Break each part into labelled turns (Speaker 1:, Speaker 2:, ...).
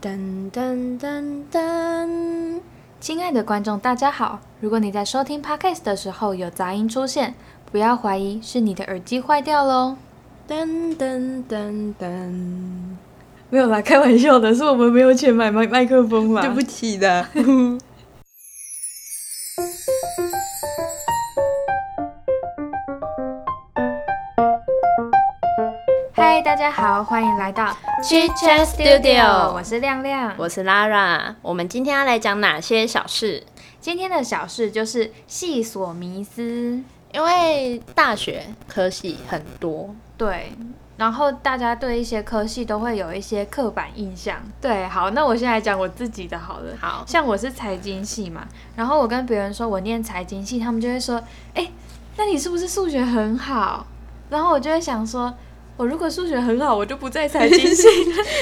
Speaker 1: 噔噔噔噔，
Speaker 2: 亲爱的观众，大家好！如果你在收听 podcast 的时候有杂音出现，不要怀疑是你的耳机坏掉喽。
Speaker 1: 噔噔噔噔，没有啦，开玩笑的，是我们没有钱买麦麦克风 啦。
Speaker 2: 对不
Speaker 1: 起的。
Speaker 2: 嗨，大家好，欢迎来到
Speaker 3: Chit Chat Studio
Speaker 2: 我是亮亮。
Speaker 3: 我是 Lara，我们今天要来讲哪些小事？
Speaker 2: 今天的小事就是细所迷思，
Speaker 3: 因为大学科系很多，
Speaker 2: 对。然后大家对一些科系都会有一些刻板印象。对，好，那我先来讲我自己的好了。
Speaker 3: 好
Speaker 2: 像我是财经系嘛，然后我跟别人说我念财经系，他们就会说：“哎、那你是不是数学很好？”然后我就会想说，我如果数学很好，我就不在财经 系。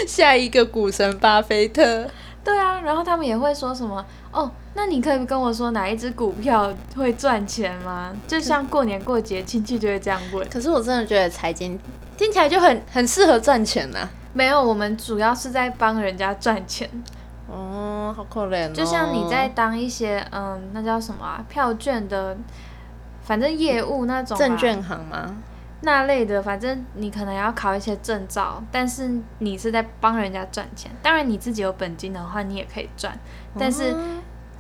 Speaker 3: 下一个股神巴菲特，
Speaker 2: 对啊，然后他们也会说什么哦，那你可以跟我说哪一只股票会赚钱吗？就像过年过节，亲戚就会这样问。
Speaker 3: 可是我真的觉得财经听起来就很很适合赚钱啊呐、
Speaker 2: 没有，我们主要是在帮人家赚钱，
Speaker 3: 哦，好可怜、哦，
Speaker 2: 就像你在当一些嗯，那叫什么啊，票券的，反正业务那种啊
Speaker 3: 证券行吗？
Speaker 2: 那类的，反正你可能要考一些证照，但是你是在帮人家赚钱。当然你自己有本金的话，你也可以赚，但是
Speaker 3: 哦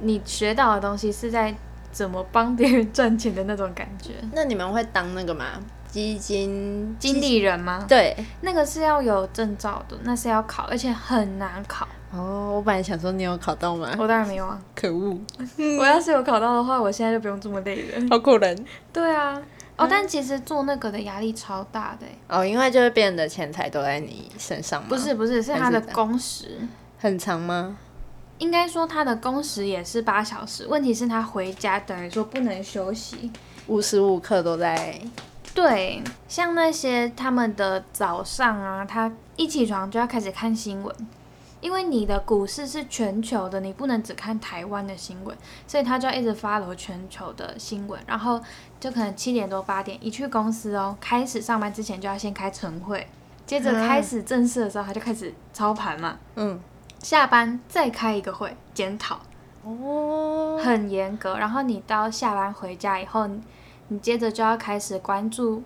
Speaker 2: 你学到的东西是在怎么帮别人赚钱的那种感觉。
Speaker 3: 那你们会当那个吗？基金
Speaker 2: 经理人吗？
Speaker 3: 对。
Speaker 2: 那个是要有证照的，那是要考，而且很难考。
Speaker 3: 哦，我本来想说你有考到吗？
Speaker 2: 我当然没有啊，
Speaker 3: 可恶，
Speaker 2: 我要是有考到的话，我现在就不用这么累了。
Speaker 3: 好可怜。
Speaker 2: 对啊，哦，但其实做那个的压力超大的欸、
Speaker 3: 哦，因为就是别人的钱财都在你身上吗？
Speaker 2: 不是不是，是
Speaker 3: 还
Speaker 2: 他
Speaker 3: 是
Speaker 2: 的
Speaker 3: 这样
Speaker 2: 工时，
Speaker 3: 很长吗？
Speaker 2: 应该说他的工时也是八小时。问题是，他回家等于说不能休息。
Speaker 3: 无时无刻都在
Speaker 2: 对，像那些他们的早上啊，他一起床就要开始看新闻，因为你的股市是全球的，你不能只看台湾的新闻，所以他就要一直 follow 全球的新闻，然后就可能七点多八点一去公司哦，开始上班之前就要先开晨会，接着开始正式的时候他就开始操盘嘛，
Speaker 3: 嗯，
Speaker 2: 下班再开一个会检讨，
Speaker 3: 哦，
Speaker 2: 很严格。然后你到下班回家以后，你你接着就要开始关注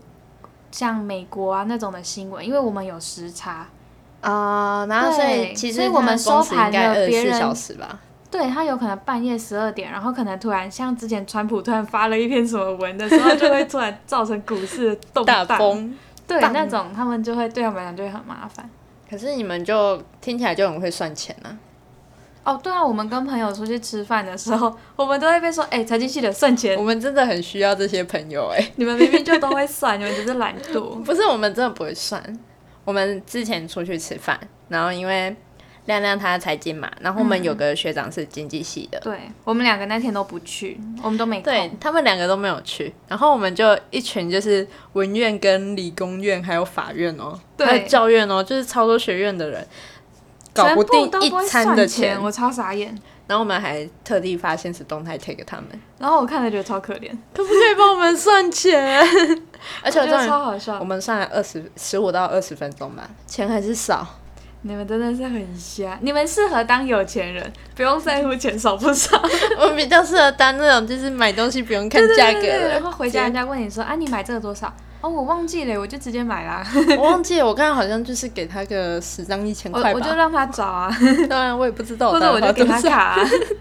Speaker 2: 像美国啊那种的新闻，因为我们有时差，
Speaker 3: 啊、然后所以
Speaker 2: 对
Speaker 3: 其
Speaker 2: 所
Speaker 3: 实
Speaker 2: 以我们
Speaker 3: 他工时
Speaker 2: 收盘
Speaker 3: 应该
Speaker 2: 了
Speaker 3: 二
Speaker 2: 别
Speaker 3: 十四
Speaker 2: 人
Speaker 3: 小时吧，
Speaker 2: 对他有可能半夜十二点，然后可能突然像之前川普突然发了一篇什么文的时候，就会突然造成股市的动荡。，对
Speaker 3: 荡
Speaker 2: 那种他们就会对他们来讲就会很麻烦。
Speaker 3: 可是你们就听起来就很会算钱啊，
Speaker 2: 哦，对啊，我们跟朋友出去吃饭的时候，我们都会被说，哎、财经系的算钱
Speaker 3: 我，们真的很需要这些朋友哎、
Speaker 2: 你们明明就都会算，你们只是懒惰。
Speaker 3: 不是我们真的不会算，我们之前出去吃饭，然后因为亮亮他财经嘛，然后我
Speaker 2: 嗯
Speaker 3: 们有个学长是经济系的，
Speaker 2: 对我们两个那天都不去，我们都没空。
Speaker 3: 对他们两个都没有去，然后我们就一群就是文院跟理工院还有法院哦，
Speaker 2: 对
Speaker 3: 还有教院哦，就是超多学院的人搞
Speaker 2: 全部
Speaker 3: 定
Speaker 2: 都
Speaker 3: 一
Speaker 2: 不会
Speaker 3: 餐
Speaker 2: 算
Speaker 3: 的
Speaker 2: 钱，我超傻眼。
Speaker 3: 然后我们还特地发现实动态贴给他们，
Speaker 2: 然后我看了觉得超可怜，
Speaker 3: 可不可以帮我们算钱？ 而且
Speaker 2: 我
Speaker 3: 我
Speaker 2: 觉
Speaker 3: 重
Speaker 2: 得超
Speaker 3: 点，
Speaker 2: 好
Speaker 3: 我
Speaker 2: 笑。
Speaker 3: 们算了二十十五到二十分钟吧，钱还是 少。
Speaker 2: 你们真的是很瞎，你们适合当有钱人，不用在乎钱少 不少。
Speaker 3: 我们比较适合当那种就是买东西不用看价格嗯
Speaker 2: 对对对
Speaker 3: 的，
Speaker 2: 然后回家人家问你说啊，你买这个多少？哦，我忘记了，我就直接 买啦。
Speaker 3: 我忘记了，我刚刚好像就是给他个十张一千
Speaker 2: 我
Speaker 3: 块
Speaker 2: 我就
Speaker 3: 吧，
Speaker 2: 让他找啊，
Speaker 3: 当然我也不知道
Speaker 2: 或
Speaker 3: 我
Speaker 2: 者
Speaker 3: 到
Speaker 2: 我
Speaker 3: 底花
Speaker 2: 就给
Speaker 3: 多
Speaker 2: 他
Speaker 3: 少。
Speaker 2: 卡、啊。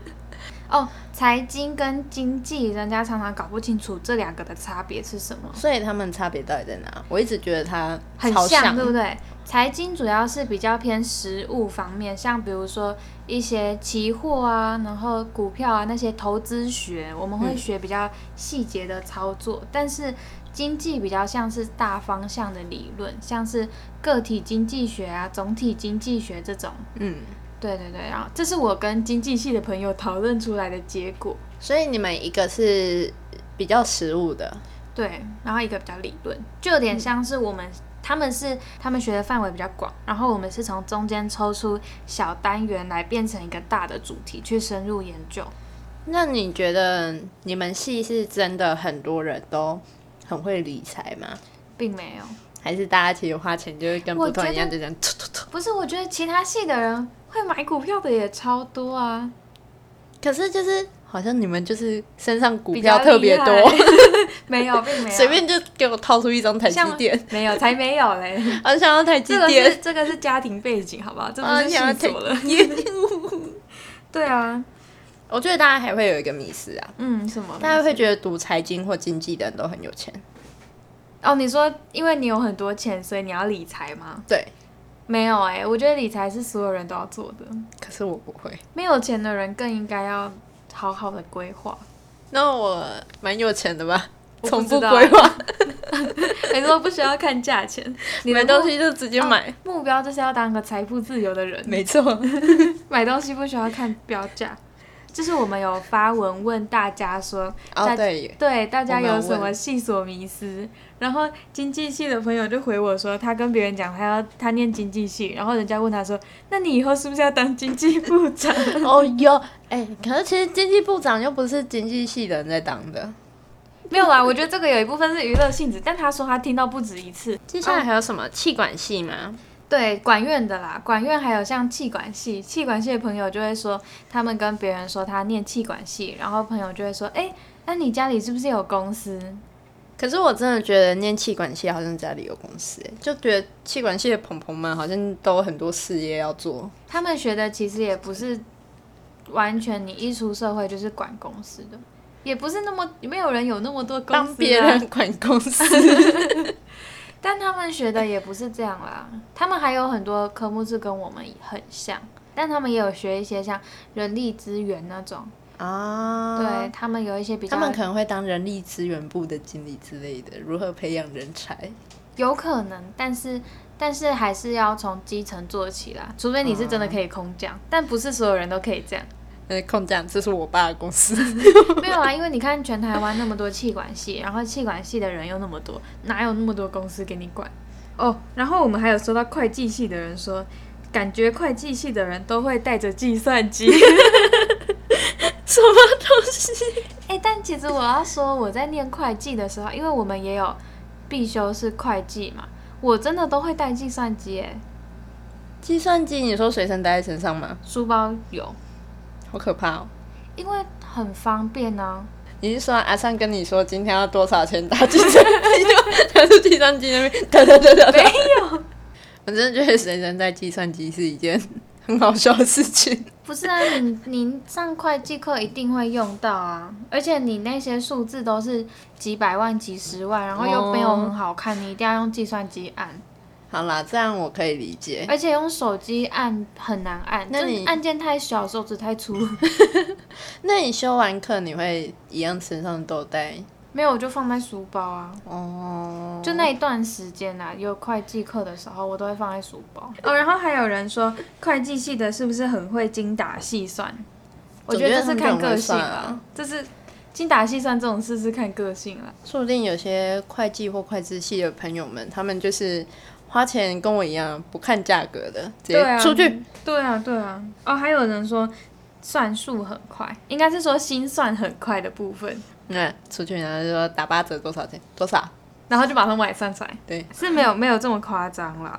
Speaker 2: 哦，财经跟经济，人家常常搞不清楚这两个的差别是什么。
Speaker 3: 所以他们差别到底在哪？我一直觉得他
Speaker 2: 很
Speaker 3: 超
Speaker 2: 像，对不对？财经主要是比较偏实物方面，像比如说一些期货啊，然后股票啊那些投资学，我们会学比较细节的操作。但是经济比较像是大方向的理论，像是个体经济学啊、总体经济学这种。
Speaker 3: 嗯，
Speaker 2: 对对对，然后这是我跟经济系的朋友讨论出来的结果。
Speaker 3: 所以你们一个是比较实物的，
Speaker 2: 对，然后一个比较理论，就有点像是我们、他们是他们学的范围比较广，然后我们是从中间抽出小单元来变成一个大的主题去深入研究。
Speaker 3: 那你觉得你们系是真的很多人都很会理财吗？
Speaker 2: 并没有，
Speaker 3: 还是大家其实花钱就会跟
Speaker 2: 我
Speaker 3: 普通人一样，
Speaker 2: 觉
Speaker 3: 就这样突突突？
Speaker 2: 不是，我觉得其他系的人会买股票的也超多啊，
Speaker 3: 可是就是好像你们就是身上股
Speaker 2: 比
Speaker 3: 票
Speaker 2: 较
Speaker 3: 特别多，
Speaker 2: 厉害， 啊没有，并没 有，
Speaker 3: 随便就给我掏出一张台积
Speaker 2: 像
Speaker 3: 电，
Speaker 2: 没有，才没有 嘞。
Speaker 3: 很想要台积
Speaker 2: 这个是
Speaker 3: 电，
Speaker 2: 这个是家庭背景，好不好？这不
Speaker 3: 啊
Speaker 2: 是
Speaker 3: 想要
Speaker 2: 细
Speaker 3: 听
Speaker 2: 说了。 对啊，
Speaker 3: 我觉得大家还会有一个迷思啊，
Speaker 2: 嗯，什么？
Speaker 3: 大家会觉得读财经或经济的人都很有钱，
Speaker 2: 哦，你说因为你有很多钱，所以你要理财吗？
Speaker 3: 对，
Speaker 2: 没有哎、我觉得理财是所有人都要做的，
Speaker 3: 可是我不会。
Speaker 2: 没有钱的人更应该要好好的规划。
Speaker 3: 那我蛮有钱的吧？
Speaker 2: 我不
Speaker 3: 从
Speaker 2: 知
Speaker 3: 不
Speaker 2: 道
Speaker 3: 规 划，
Speaker 2: 你说不需要看价钱，你
Speaker 3: 买
Speaker 2: 的
Speaker 3: 东
Speaker 2: 目
Speaker 3: 西就直接买，
Speaker 2: 目标就是要当个财富自由的人。
Speaker 3: 没 错。哦
Speaker 2: 买东西不需要看标价。就是我们有发文问大家说，
Speaker 3: 哦，
Speaker 2: 大
Speaker 3: 对，
Speaker 2: 对大家
Speaker 3: 我们有
Speaker 2: 有什么
Speaker 3: 问
Speaker 2: 系所迷思？然后经济系的朋友就回我说，他跟别人讲他要他念经济系，然后人家问他说，那你以后是不是要当经济部长？
Speaker 3: 哦有，哎、可是其实经济部长又不是经济系的人在当的。
Speaker 2: 没有啦，我觉得这个有一部分是娱乐性质，但他说他听到不止一次。
Speaker 3: 接下来还有什么气管系吗？
Speaker 2: 对管院的啦，管院还有像气管系，气管系的朋友就会说，他们跟别人说他念气管系，然后朋友就会说，哎，那你家里是不是有公司？
Speaker 3: 可是我真的觉得念气管系好像家里有公司、哎就觉得气管系的朋朋们好像都有很多事业要做。
Speaker 2: 他们学的其实也不是完全你一出社会就是管公司的，也不是那么没有人有那么多公司、
Speaker 3: 当
Speaker 2: 啊，
Speaker 3: 别人管公司，
Speaker 2: 但他们学的也不是这样啦，他们还有很多科目是跟我们很像，但他们也有学一些像人力资源那种，
Speaker 3: 啊，
Speaker 2: 对，他们有一些比较，
Speaker 3: 他们可能会当人力资源部的经理之类的，如何培养人才？
Speaker 2: 有可能，但是但是还是要从基层做起啦，除非你是
Speaker 3: 嗯
Speaker 2: 真的可以空降，但不是所有人都可以 这样。
Speaker 3: 呃，空降，这是我爸的公司。
Speaker 2: 没有啊，因为你看全台湾那么多气管系，然后气管系的人又那么多，哪有那么多公司给你管？哦，然后我们还有收到会计系的人说，感觉会计系的人都会带着计 算机。
Speaker 3: 什么东西？
Speaker 2: 哎、但其实我要说，我在念会计的时候，因为我们也有必修是会计嘛，我真的都会带计算机、哎，
Speaker 3: 计算机，你说随身带在身上吗？
Speaker 2: 书包有，
Speaker 3: 好可怕哦！
Speaker 2: 因为很方便啊呢、
Speaker 3: 你是说阿善跟你说今天要多少钱打计算机，就拿出计算机那边哒哒哒哒哒？没有，我真的觉得随身带计算机是一件很好笑的事情。
Speaker 2: 不是啊，你你上会计课一定会用到啊，而且你那些数字都是几百万、几十万，然后又没有很好看，你一定要用计算机按，
Speaker 3: 好啦，这样我可以理解。
Speaker 2: 而且用手机按很难按，
Speaker 3: 哎那
Speaker 2: 就
Speaker 3: 你
Speaker 2: 是按键太小，手指太粗。
Speaker 3: 那你修完课你会一样身上都带？
Speaker 2: 没有，我就放在书包啊。
Speaker 3: 哦，
Speaker 2: 就那一段时间啊，有会计课的时候，我都会放在书包。哦，然后还有人说会计系的是不是很会精打细算？我觉得这是看个性啊，这是精打细算这种事是看个性啊。
Speaker 3: 说不定有些会计或会计系的朋友们，他们就是花钱跟我一样不看价格的，直
Speaker 2: 对啊
Speaker 3: 接出去。
Speaker 2: 对啊，对啊。哦，还有人说算数很快，应该是说心算很快的部分，
Speaker 3: 那、出去然后就说打八折多少钱？多少？
Speaker 2: 然后就把它买算出来，
Speaker 3: 对。
Speaker 2: 是没有没有这么夸张啦。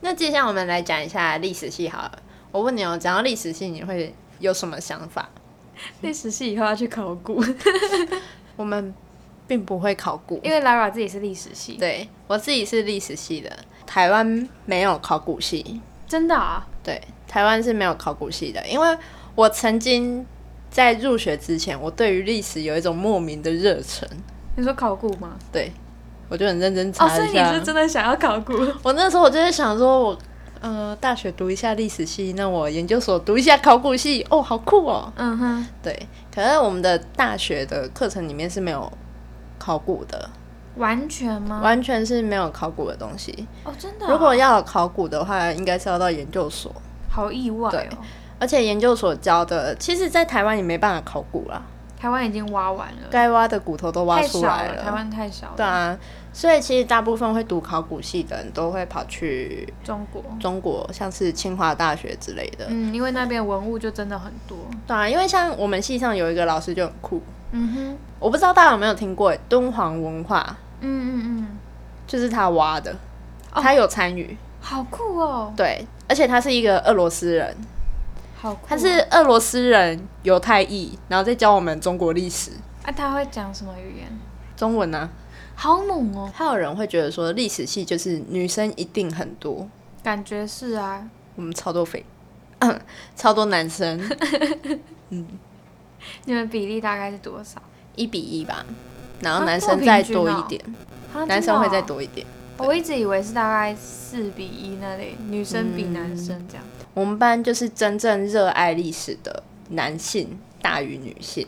Speaker 3: 那接下来我们来讲一下历史系好了。我问你哦，讲到历史系，你会有什么想法？
Speaker 2: 历史系以后要去考 古，
Speaker 3: 我们并不会考古，
Speaker 2: 因为 Lara 自己是历史系，
Speaker 3: 对我自己是历史系的，台湾没有考古系，
Speaker 2: 真的啊，
Speaker 3: 对，台湾是没有考古系的，因为我曾经在入学之前，我对于历史有一种莫名的热忱，
Speaker 2: 你说考古吗？
Speaker 3: 对我就很认真查
Speaker 2: 哦，所以
Speaker 3: 一
Speaker 2: 你
Speaker 3: 下。
Speaker 2: 是真的想要考 古？
Speaker 3: 我那时候我就在想说我，呃大学读一下历史系，那我研究所读一下考古系，哦，好酷哦。
Speaker 2: 嗯哼，
Speaker 3: 对，可是我们的大学的课程里面是没有考古的，
Speaker 2: 完全吗？
Speaker 3: 完全是没有考古的东西。
Speaker 2: 哦，真的啊、
Speaker 3: 如果要有考古的话，应该是要到研究所，
Speaker 2: 好意外
Speaker 3: 对
Speaker 2: 哦，
Speaker 3: 而且研究所教的，其实在台湾也没办法考古啦，
Speaker 2: 台湾已经挖完了，
Speaker 3: 该挖的骨头都挖
Speaker 2: 太
Speaker 3: 出
Speaker 2: 少
Speaker 3: 来
Speaker 2: 了，台湾太少了。
Speaker 3: 对啊，所以其实大部分会读考古系的人都会跑去
Speaker 2: 中国，
Speaker 3: 中国，像是清华大学之类的。
Speaker 2: 嗯，因为那边文物就真的很多。
Speaker 3: 对啊，因为像我们系上有一个老师就很酷，
Speaker 2: 嗯哼，
Speaker 3: 我不知道大家有没有听过敦煌文化，
Speaker 2: 嗯嗯嗯。
Speaker 3: 就是他挖的，
Speaker 2: 哦
Speaker 3: 他有参与。
Speaker 2: 好酷哦！
Speaker 3: 对，而且他是一个俄罗斯人，
Speaker 2: 好酷哦。
Speaker 3: 他是俄罗斯人、犹太裔，然后再教我们中国历史、
Speaker 2: 啊，他会讲什么语言？
Speaker 3: 中文啊。
Speaker 2: 好猛哦，
Speaker 3: 还有人会觉得说，历史系就是女生一定很多，
Speaker 2: 感觉是啊。
Speaker 3: 我们超多肥， 超多男生，
Speaker 2: 你们比例大概是多少？
Speaker 3: 一比一吧。然后
Speaker 2: 啊
Speaker 3: 男
Speaker 2: 这么
Speaker 3: 生
Speaker 2: 平
Speaker 3: 再
Speaker 2: 均
Speaker 3: 多
Speaker 2: 哦
Speaker 3: 一点，
Speaker 2: 啊
Speaker 3: 男生会再。
Speaker 2: 真的哦
Speaker 3: 多一点。
Speaker 2: 我一直以为是大概四比一那类，女生
Speaker 3: 嗯
Speaker 2: 比男生这样。
Speaker 3: 我们班就是真正热爱历史的男性大于女性，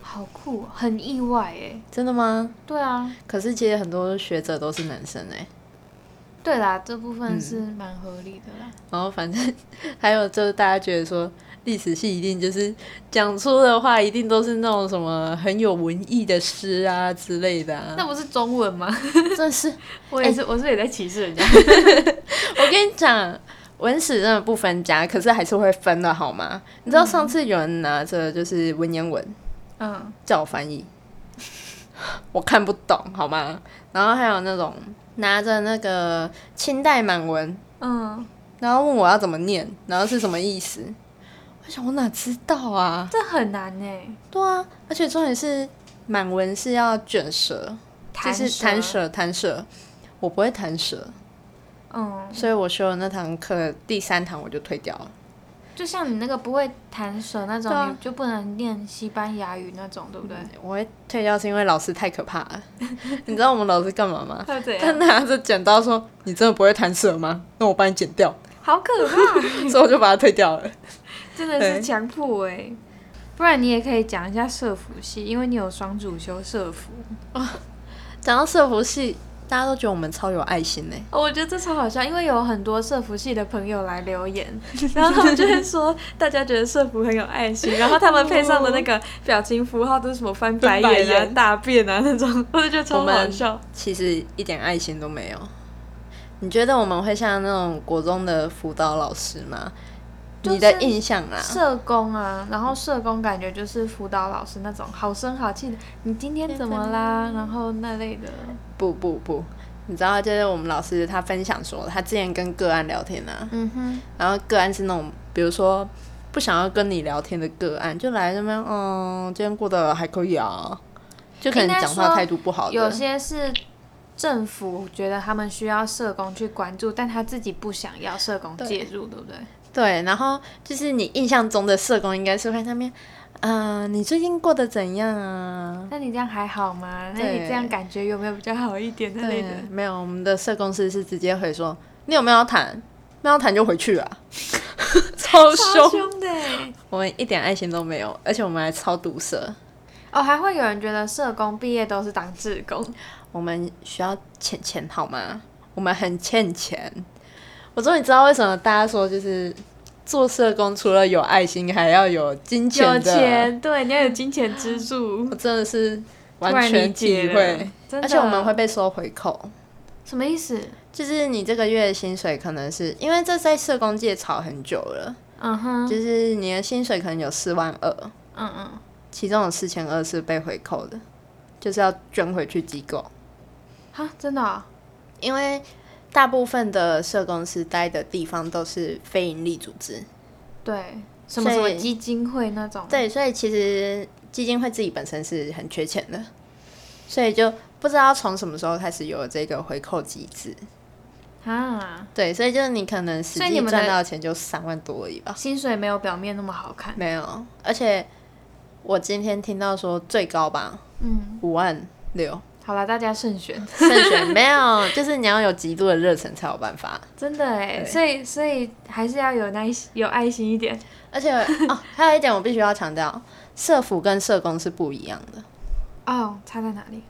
Speaker 2: 好酷哦，很意外哎。
Speaker 3: 真的吗？
Speaker 2: 对啊，
Speaker 3: 可是其实很多学者都是男生哎、
Speaker 2: 对啦，这部分是蛮合理的啦。
Speaker 3: 然后反正还有就是大家觉得说历史系一定就是讲出的话，一定都是那种什么很有文艺的诗啊之类的啊。
Speaker 2: 那不是中文吗？哎
Speaker 3: 真是，
Speaker 2: 我也是，我是也在歧视人家。
Speaker 3: 我跟你讲，文史真的不分家，可是还是会分的好吗？你知道上次有人拿着就是文言文
Speaker 2: 嗯，
Speaker 3: 叫我翻译， 我看不懂好吗？然后还有那种拿着那个清代满文，
Speaker 2: 嗯，
Speaker 3: 然后问我要怎么念，然后是什么意思？我想我哪知道啊？
Speaker 2: 这很难哎。
Speaker 3: 对啊，而且重点是满文是要卷舌，就是弹
Speaker 2: 弹
Speaker 3: 舌弹舌，我不会弹舌，
Speaker 2: 嗯，
Speaker 3: 所以我修的那堂课第三堂我就退掉了。
Speaker 2: 就像你那个不会弹舌那种，
Speaker 3: 对啊
Speaker 2: 你就不能念西班牙语那种，对不对？
Speaker 3: 我会退掉是因为老师太可怕了， 你知道我们老师干嘛吗？
Speaker 2: 他怎
Speaker 3: 他？拿着剪刀说：“你真的不会弹舌吗？那我帮你剪 掉。
Speaker 2: 好可怕，”
Speaker 3: 所以我就把它退掉了。
Speaker 2: 真的是强迫哎、不然你也可以讲一下社服系，因为你有双主修社服、
Speaker 3: 讲到社服系，大家都觉得我们超有爱心欸呢、
Speaker 2: 哦，我觉得这超好笑，因为有很多社服系的朋友来留 言，然后他们就会说大家觉得社服很有爱心，然后他们配上的那个表情符号都是什么翻白
Speaker 3: 翻白
Speaker 2: 眼啊、
Speaker 3: 眼
Speaker 2: 大便啊那种，我就啊觉得超
Speaker 3: 我们
Speaker 2: 好笑。
Speaker 3: 其实一点爱心都没有。你觉得我们会像那种国中的辅导老师吗？
Speaker 2: 就是
Speaker 3: 你的印象啊，
Speaker 2: 社工啊，然后社工感觉就是辅导老师那种好声好气的，你今天怎么啦？然后那类的，
Speaker 3: 不不不，你知道，就是我们老师他分享说，他之前跟个案聊天啊，
Speaker 2: 嗯哼，
Speaker 3: 然后个案是那种，比如说不想要跟你聊天的个案，就来这边，嗯，今天过得还可以啊，就可能
Speaker 2: 应该
Speaker 3: 讲话
Speaker 2: 说
Speaker 3: 态度不好的，
Speaker 2: 有些是政府觉得他们需要社工去关注，但他自己不想要社工介入，对不对？
Speaker 3: 对，然后就是你印象中的社工应该是会在那边，嗯、你最近过得怎样啊？
Speaker 2: 那你这样还好吗？那
Speaker 3: 对
Speaker 2: 你这样感觉有没有比较好一点之类
Speaker 3: 对
Speaker 2: 的？，
Speaker 3: 没有，我们的社工师是直接回说，你有没有要谈？没有要谈就回去啊， 超
Speaker 2: 超
Speaker 3: 凶，
Speaker 2: 凶的欸
Speaker 3: 我们一点爱心都没有，而且我们还超毒舌，
Speaker 2: 哦，还会有人觉得社工毕业都是当志工，
Speaker 3: 我们需要钱钱好吗？我们很欠钱。我终于知道为什么大家说就是做社工除了有爱心，还要有金钱的。
Speaker 2: 有钱，对，你要有金钱支柱
Speaker 3: 我，真的是
Speaker 2: 突
Speaker 3: 完
Speaker 2: 然理
Speaker 3: 全体
Speaker 2: 解
Speaker 3: 会
Speaker 2: 了，，真的
Speaker 3: 而且我们会被收回扣。
Speaker 2: 什么意思？
Speaker 3: 就是你这个月的薪水，可能是因为这在社工界吵很久了，
Speaker 2: 嗯哼，
Speaker 3: 就是你的薪水可能有四万二，
Speaker 2: 嗯嗯，
Speaker 3: 其中有四千二是被回扣的，就是要捐回去机构。
Speaker 2: 哈，真的哦、
Speaker 3: 因为大部分的社公司待的地方都是非营利组织，
Speaker 2: 对，什么什么
Speaker 3: 所以
Speaker 2: 基金会那种，
Speaker 3: 对，所以其实基金会自己本身是很缺钱的，所以就不知道从什么时候开始有了这个回扣机制。
Speaker 2: 啊，
Speaker 3: 对，所以就是你可能实
Speaker 2: 所以
Speaker 3: 际
Speaker 2: 你们的
Speaker 3: 赚到的钱就三万多而已吧，
Speaker 2: 薪水没有表面那么好看，
Speaker 3: 没有。而且我今天听到说最高吧，
Speaker 2: 嗯，
Speaker 3: 五万 六，
Speaker 2: 好了，大家慎 选，
Speaker 3: 慎选没有，就是你要有极度的热忱才有办法。
Speaker 2: 真的哎，
Speaker 3: 对
Speaker 2: 所以所以还是要有耐心、有爱心一点，
Speaker 3: 而且哦，还有一点我必须要强调，社服跟社工是不一样的。
Speaker 2: 哦，差在哪里？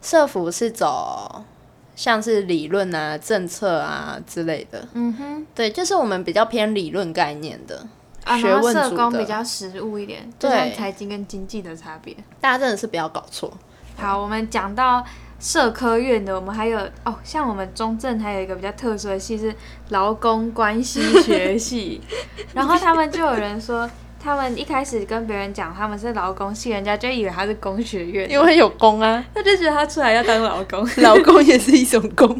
Speaker 3: 社服是走像是理论啊、政策啊之类的，
Speaker 2: 嗯哼，
Speaker 3: 对，就是我们比较偏理论概念的。
Speaker 2: 啊，
Speaker 3: 学
Speaker 2: 然后
Speaker 3: 问
Speaker 2: 社
Speaker 3: 组
Speaker 2: 工
Speaker 3: 的
Speaker 2: 比较实务一点，就
Speaker 3: 对
Speaker 2: 像财经跟经济的差别。
Speaker 3: 大家真的是不要搞错，
Speaker 2: 好，我们讲到社科院的，我们还有哦，像我们中正还有一个比较特殊的系是劳工关系 学系，然后他们就有人说，他们一开始跟别人讲他们是劳工系，人家就以为他是工学院，
Speaker 3: 因为有工啊，
Speaker 2: 他就觉得他出来要当劳工。
Speaker 3: 劳工也是一种工。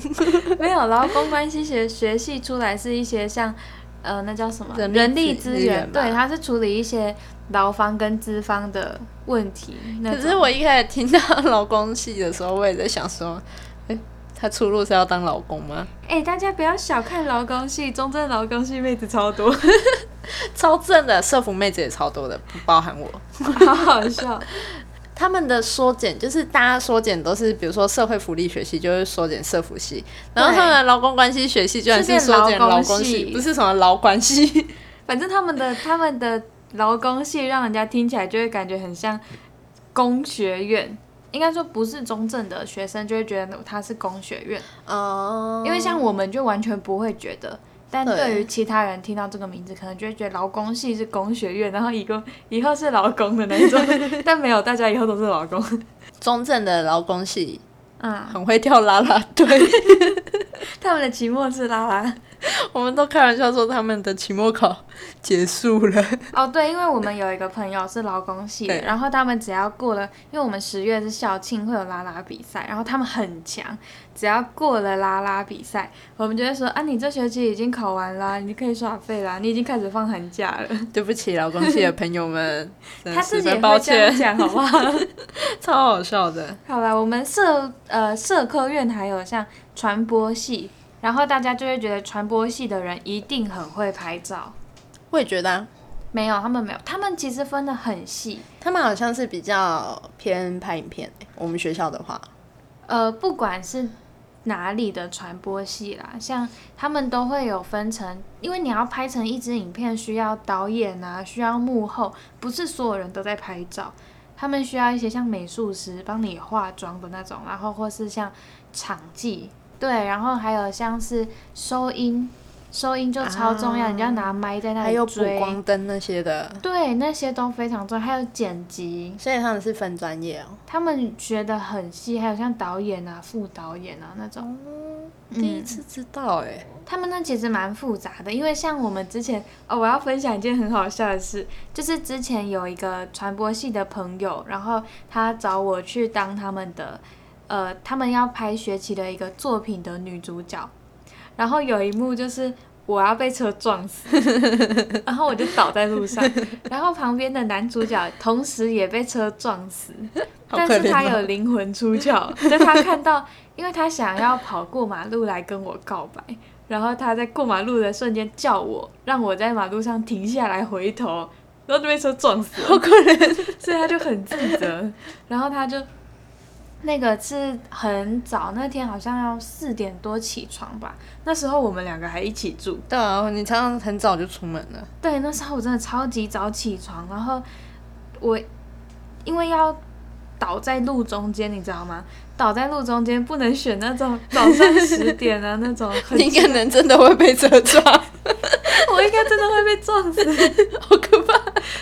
Speaker 2: 没有劳工关系学学系出来是一些像呃，那叫什么
Speaker 3: 人力
Speaker 2: 人力
Speaker 3: 资
Speaker 2: 资
Speaker 3: 源
Speaker 2: 源？
Speaker 3: 吧
Speaker 2: 对，它是处理一些劳方跟资方的问题。那
Speaker 3: 可是
Speaker 2: 种
Speaker 3: 我一开始听到老公戏的时候，我也在想说，哎、他出路是要当老公吗？
Speaker 2: 哎、大家不要小看劳工系，中正劳工系妹子 超多，
Speaker 3: 超正的社服妹子也超多的，不包含我。
Speaker 2: 好好笑。
Speaker 3: 他们的缩减就是大家缩减都是，比如说社会福利学系就是缩减社福系，然后他们的劳工关系学系居然是缩减劳工
Speaker 2: 是变劳
Speaker 3: 系，
Speaker 2: 工系
Speaker 3: 不是什么劳关系。
Speaker 2: 反正他们的他们的劳工系让人家听起来就会感觉很像工学院，应该说不是中正的学生就会觉得他是工学院，
Speaker 3: 哦
Speaker 2: 因为像我们就完全不会觉得。但
Speaker 3: 对
Speaker 2: 对于其他人听到这个名字，可能就会觉得劳工系是工学院，然后以后以后是劳工的那一种， 但没有，大家以后都是劳工。
Speaker 3: 中正的劳工系
Speaker 2: 嗯，
Speaker 3: 很会跳啦啦队，
Speaker 2: 他们的期末是拉拉。
Speaker 3: 我们都开玩笑说他们的期末考结束 了。
Speaker 2: 哦，对，因为我们有一个朋友是劳工系的，
Speaker 3: 对
Speaker 2: 然后他们只要过了，因为我们十月是校庆，会有啦啦比赛，然后他们很强，只要过了啦啦比赛，我们就会说啊，你这学期已经考完啦，你可以耍废啦，你已经开始放寒假了。
Speaker 3: 对不起，劳工系的朋友们，真
Speaker 2: 他
Speaker 3: 的
Speaker 2: 自
Speaker 3: 十
Speaker 2: 己也
Speaker 3: 分
Speaker 2: 会
Speaker 3: 抱
Speaker 2: 这样
Speaker 3: 歉，
Speaker 2: 讲，好不好？
Speaker 3: 超好笑的。
Speaker 2: 好啦，我们社呃社科院还有像传播系，然后大家就会觉得传播系的人一定很会拍照，
Speaker 3: 我也觉得、啊，
Speaker 2: 没有，他们没有，他们其实分得很细。
Speaker 3: 他们好像是比较偏拍影片、我们学校的话，
Speaker 2: 呃，不管是哪里的传播系啦，像他们都会有分成，因为你要拍成一支影片，需要导演啊，需要幕后，不是所有人都在拍照，他们需要一些像美术师帮你化妆的那种，然后或是像场记，对，然后还有像是收音，收音就超重要，
Speaker 3: 啊
Speaker 2: 你要拿麦在那
Speaker 3: 还
Speaker 2: 里
Speaker 3: 有补
Speaker 2: 追，
Speaker 3: 光灯那些的，
Speaker 2: 对，那些都非常重要，还有剪辑，
Speaker 3: 所以他们是分专业哦。
Speaker 2: 他们学的很细，还有像导演啊、副导演啊那种。嗯
Speaker 3: 第一次知道哎、
Speaker 2: 他们那其实蛮复杂的，因为像我们之前哦，我要分享一件很好笑的事，就是之前有一个传播系的朋友，然后他找我去当他们的，呃，他们要拍学期的一个作品的女主角，然后有一幕就是我要被车撞死， 然后我就倒在路上，然后旁边的男主角同时也被车撞死，
Speaker 3: 好
Speaker 2: 但
Speaker 3: 可
Speaker 2: 是
Speaker 3: 怜
Speaker 2: 他
Speaker 3: 哦
Speaker 2: 有灵魂出 窍，就他看到，因为他想要跑过马路来跟我告白，然后他在过马路的瞬间叫我，让我在马路上停下来回头，然后就被车撞死了，好可怜，所以他就很自责，然后他就。那个是很早，那天好像要四点多起床吧。那时候我们两个还一起住，
Speaker 3: 对啊，你常常很早就出门了，
Speaker 2: 对，那时候我真的超级早起床，然后我因为要倒在路中间，你知道吗？倒在路中间不能选那种早上十点啊那种，很
Speaker 3: 你可能真的会被车撞，
Speaker 2: 我应该真的会被撞死，
Speaker 3: 好可怕。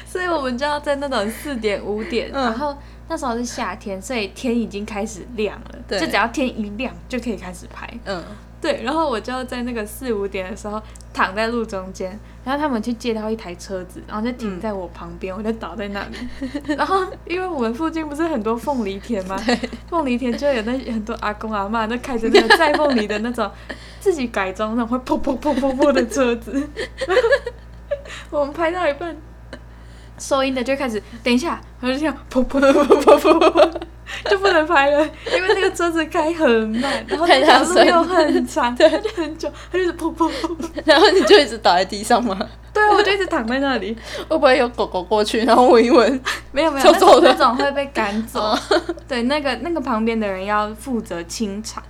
Speaker 2: 所以我们就要在那种四点五点，
Speaker 3: 嗯
Speaker 2: 然后那时候是夏天，所以天已经开始亮了，
Speaker 3: 对
Speaker 2: 就只要天一亮就可以开始拍。
Speaker 3: 嗯，
Speaker 2: 对，然后我就在那个四五点的时候躺在路中间，然后他们去借到一台车子，然后就停在我旁边，我就倒在那里。 然后因为我们附近不是很多凤梨田吗？凤梨田就有那很多阿公阿妈都开着那个载凤梨的那种自己改装那种会砰砰砰砰砰的车子。然 后我们拍到一半，收音的就开始等一下，我就这样砰砰砰砰砰砰
Speaker 3: 嗯
Speaker 2: 砰。 就不能拍了，因为那个车子开很慢，然后那
Speaker 3: 太
Speaker 2: 条
Speaker 3: 大
Speaker 2: 路
Speaker 3: 声
Speaker 2: 又很长，
Speaker 3: 对
Speaker 2: 它就很久，它就是砰砰砰砰。
Speaker 3: 然后你就一直倒在地上吗？
Speaker 2: 对啊，我就一直躺在那里，
Speaker 3: 会不会有狗狗过去，然后闻一闻？
Speaker 2: 没有没
Speaker 3: 走
Speaker 2: 有，那
Speaker 3: 走哦
Speaker 2: 种那
Speaker 3: 的
Speaker 2: 种会被赶走。对，那个那个旁边的人要负责清场。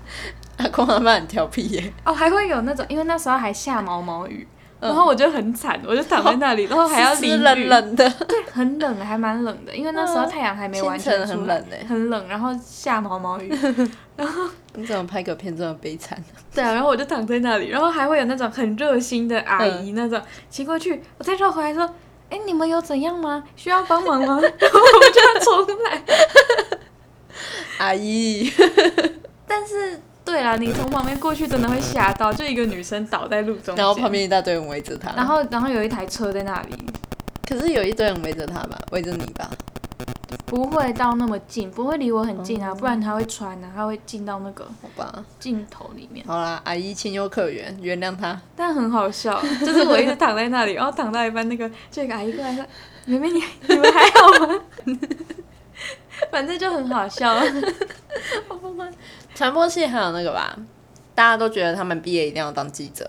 Speaker 3: 阿公阿妈很调皮耶、
Speaker 2: 哦，还会有那种，因为那时候还下毛毛雨，
Speaker 3: 嗯
Speaker 2: 然后我就很惨，我就躺在那里，然哦后还要
Speaker 3: 湿
Speaker 2: 淋
Speaker 3: 湿
Speaker 2: 雨，
Speaker 3: 哦冷冷的，
Speaker 2: 对，很冷，还蛮冷的，因为那时候太阳还没完全
Speaker 3: 清晨
Speaker 2: 出
Speaker 3: 很
Speaker 2: 来，
Speaker 3: 冷欸
Speaker 2: 很冷，然后下毛毛雨，
Speaker 3: 你怎么拍个片这么悲惨？
Speaker 2: 对啊，然后我就躺在那里，然后还会有那种很热心的阿姨
Speaker 3: 嗯
Speaker 2: 那种骑过去，我再绕回来说：“哎，你们有怎样吗？需要帮忙
Speaker 3: 嗯
Speaker 2: 吗？” 然后我就要重来。
Speaker 3: 阿姨，
Speaker 2: 但是对啦，你从旁边过去真的会吓到，就一个女生倒在路中间，
Speaker 3: 然后旁，边一大堆人围着他，
Speaker 2: 然后然后有一台车在那里，
Speaker 3: 可是有一堆人围着他吧，围着你吧，
Speaker 2: 不会到那么近，不会离我很近啊，
Speaker 3: 哦
Speaker 2: 不然它会传啊，它会进到那个
Speaker 3: 好吧，
Speaker 2: 镜头里面。
Speaker 3: 好啦，阿姨情有可原，原谅她。
Speaker 2: 但很好笑，就是我一直躺在那里，然后躺到一半，那个就有一个阿姨过来说：“妹妹，你你们还好吗？” 反正就很好笑。
Speaker 3: 传播系还有那个吧，大家都觉得他们毕业一定要当记者，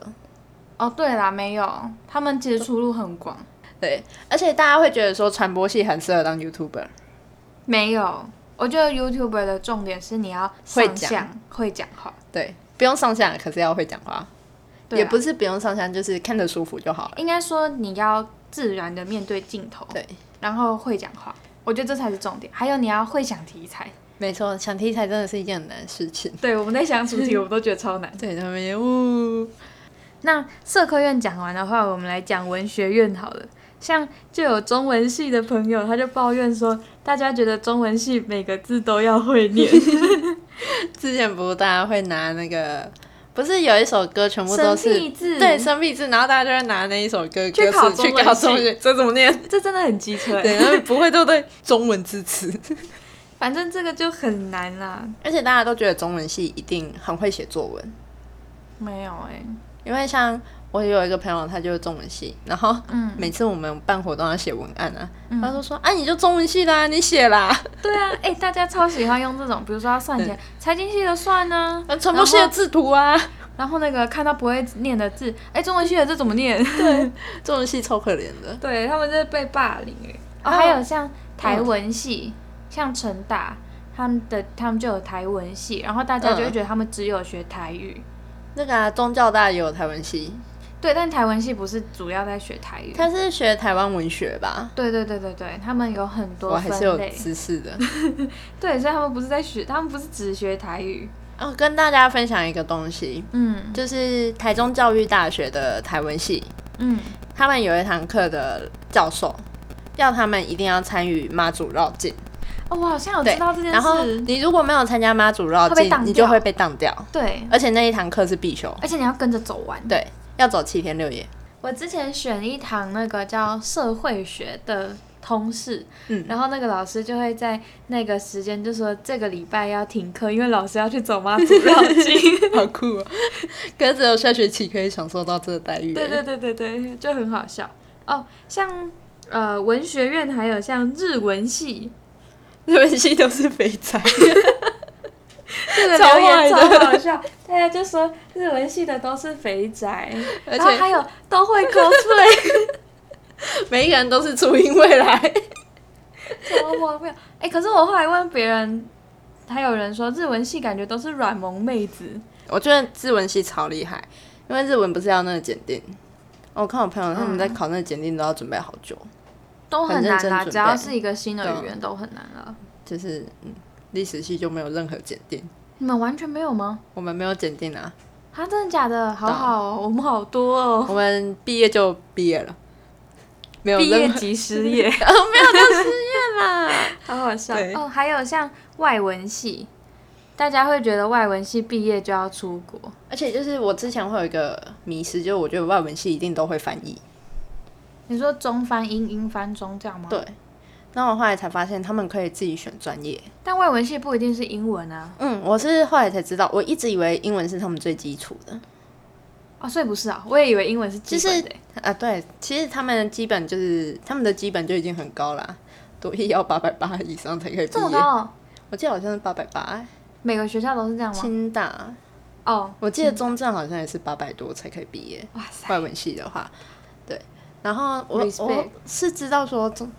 Speaker 2: 哦，对啦，没有，他们其实出路很广。
Speaker 3: 对，而且大家会觉得说传播系很适合当 YouTuber，
Speaker 2: 没有，我觉得 YouTuber 的重点是你要
Speaker 3: 会
Speaker 2: 上
Speaker 3: 讲
Speaker 2: 相、会讲话，
Speaker 3: 对，不用上下，可是要会讲话，
Speaker 2: 对啊
Speaker 3: 也不是不用上下，就是看着舒服就好了。
Speaker 2: 应该说你要自然的面对镜头，
Speaker 3: 对，
Speaker 2: 然后会讲话，我觉得这才是重点。还有你要会想题材，
Speaker 3: 没错，想题材真的是一件很难的事情。
Speaker 2: 对我们在想主题，我都觉得超难。
Speaker 3: 对，他们也呜，
Speaker 2: 那社科院讲完的话，我们来讲文学院好了。像就有中文系的朋友，他就抱怨说，大家觉得中文系每个字都要会 念，
Speaker 3: 之前不是大家会拿那个，不是有一首歌全部都
Speaker 2: 生
Speaker 3: 是
Speaker 2: 僻字，
Speaker 3: 对生僻字，然后大家就会拿那一首歌歌
Speaker 2: 去考
Speaker 3: 词去
Speaker 2: 中文
Speaker 3: 考
Speaker 2: 系
Speaker 3: 中文系，这怎么念？
Speaker 2: 这真的很机车欸。
Speaker 3: 对，他们 不会都对中文字词。
Speaker 2: 反正这个就很难啦。
Speaker 3: 而且大家都觉得中文系一定很会写作文，
Speaker 2: 没有哎、
Speaker 3: 因为像我有一个朋友，他就是中文系，然后
Speaker 2: 嗯
Speaker 3: 每次我们办活动要写文案啊，
Speaker 2: 嗯
Speaker 3: 他就说啊你就中文系啦，你写啦，
Speaker 2: 对 啊，哎、大家超喜欢用这种，比如说要算钱，财经系的算呢、
Speaker 3: 啊传播系的制图啊，
Speaker 2: 然后那个看到不会念的字，哎、中文系的这怎么念？
Speaker 3: 中文系超可怜的，
Speaker 2: 对他们就是被霸凌哎、
Speaker 3: 哦
Speaker 2: 哦，还有像台文
Speaker 3: 嗯
Speaker 2: 系，像成大他们的他们就有台文系，然后大家就会
Speaker 3: 嗯
Speaker 2: 觉得他们只有学台语。
Speaker 3: 那个、啊、宗教大也有台湾系，
Speaker 2: 对，但台文系不是主要在学台语。
Speaker 3: 他是学台湾文学吧，
Speaker 2: 对对对对对，他们有很
Speaker 3: 我
Speaker 2: 多
Speaker 3: 还是有
Speaker 2: 分类。
Speaker 3: 知识的。
Speaker 2: 对，所以他们不是在学，他们不是只学台语。
Speaker 3: 哦，跟大家分享一个东西，
Speaker 2: 嗯
Speaker 3: 就是台中教育大学的台文系，
Speaker 2: 嗯，
Speaker 3: 他们有一堂课的教授要他们一定要参与妈祖绕境。
Speaker 2: 哦，我好像有
Speaker 3: 对
Speaker 2: 知道这件
Speaker 3: 然后
Speaker 2: 事。
Speaker 3: 你如果没有参加妈祖绕
Speaker 2: 会被
Speaker 3: 境
Speaker 2: 当，掉
Speaker 3: 你就会被当掉，
Speaker 2: 对，
Speaker 3: 而且那一堂课是必修，
Speaker 2: 而且你要跟着走完。
Speaker 3: 对，要走七天六 夜。
Speaker 2: 我之前选一堂那个叫社会学的通识，
Speaker 3: 嗯
Speaker 2: 然后那个老师就会在那个时间就说这个礼拜要停课，因为老师要去走妈祖绕境。
Speaker 3: 好酷哦！可是只有下学期可以享受到这个待遇。
Speaker 2: 对 对，对对对，就很好笑哦。像呃文学院还有像日文系，
Speaker 3: 日文系都是肥宅，
Speaker 2: 这个
Speaker 3: 超
Speaker 2: 留言
Speaker 3: 坏的
Speaker 2: 超好笑，大家就说日文系的都是肥宅，
Speaker 3: 而
Speaker 2: 然后还
Speaker 3: 且
Speaker 2: 有都会 cosplay，
Speaker 3: 每一个人都是初音未来。
Speaker 2: 超荒谬。哎、可是我后来问别人。还有人说日文系感觉都是软萌妹子，
Speaker 3: 我觉得日文系超厉害，因为日文不是要那个检定。哦我看我朋友他们在考那个检定都要准备好久，
Speaker 2: 都很
Speaker 3: 很认
Speaker 2: 难
Speaker 3: 真
Speaker 2: 啦，
Speaker 3: 准备
Speaker 2: 只要是一个新
Speaker 3: 对
Speaker 2: 的
Speaker 3: 啊
Speaker 2: 语言都很难了。
Speaker 3: 就是嗯，历史系就没有任何检定，
Speaker 2: 你们完全没有吗？
Speaker 3: 我们没有检定啊，
Speaker 2: 啊，真的假的？好好哦，我们好多哦。
Speaker 3: 我们毕业就毕业了，没有
Speaker 2: 毕业
Speaker 3: 任何
Speaker 2: 即 失业，哦
Speaker 3: 啦。
Speaker 2: 好好笑
Speaker 3: 对
Speaker 2: 哦。还有像外文系，大家会觉得外文系毕业就要出国，
Speaker 3: 而且就是我之前会有一个迷失，就是我觉得外文系一定都会翻译，
Speaker 2: 你说中翻英、英翻中这样吗？
Speaker 3: 对。那我后来才发现，他们可以自己选专业。
Speaker 2: 但外文系不一定是英文啊。
Speaker 3: 嗯，我是后来才知道，我一直以为英文是他们最基础的。
Speaker 2: 哦，所以不是啊，我也以为英文是基本的欸。
Speaker 3: 啊，对，其实他们的基本就是他们的基本就已经很高啦，多一要八百八以上才可以毕
Speaker 2: 这么
Speaker 3: 业。
Speaker 2: 高哦，
Speaker 3: 我记得好像是八百八，
Speaker 2: 每个学校都是这样吗？
Speaker 3: 清大，
Speaker 2: 哦，
Speaker 3: 我记得中正好像也是八百多才可以毕业。
Speaker 2: 哇塞，
Speaker 3: 外文系的话，对。然后我
Speaker 2: Respect
Speaker 3: 我是知道说中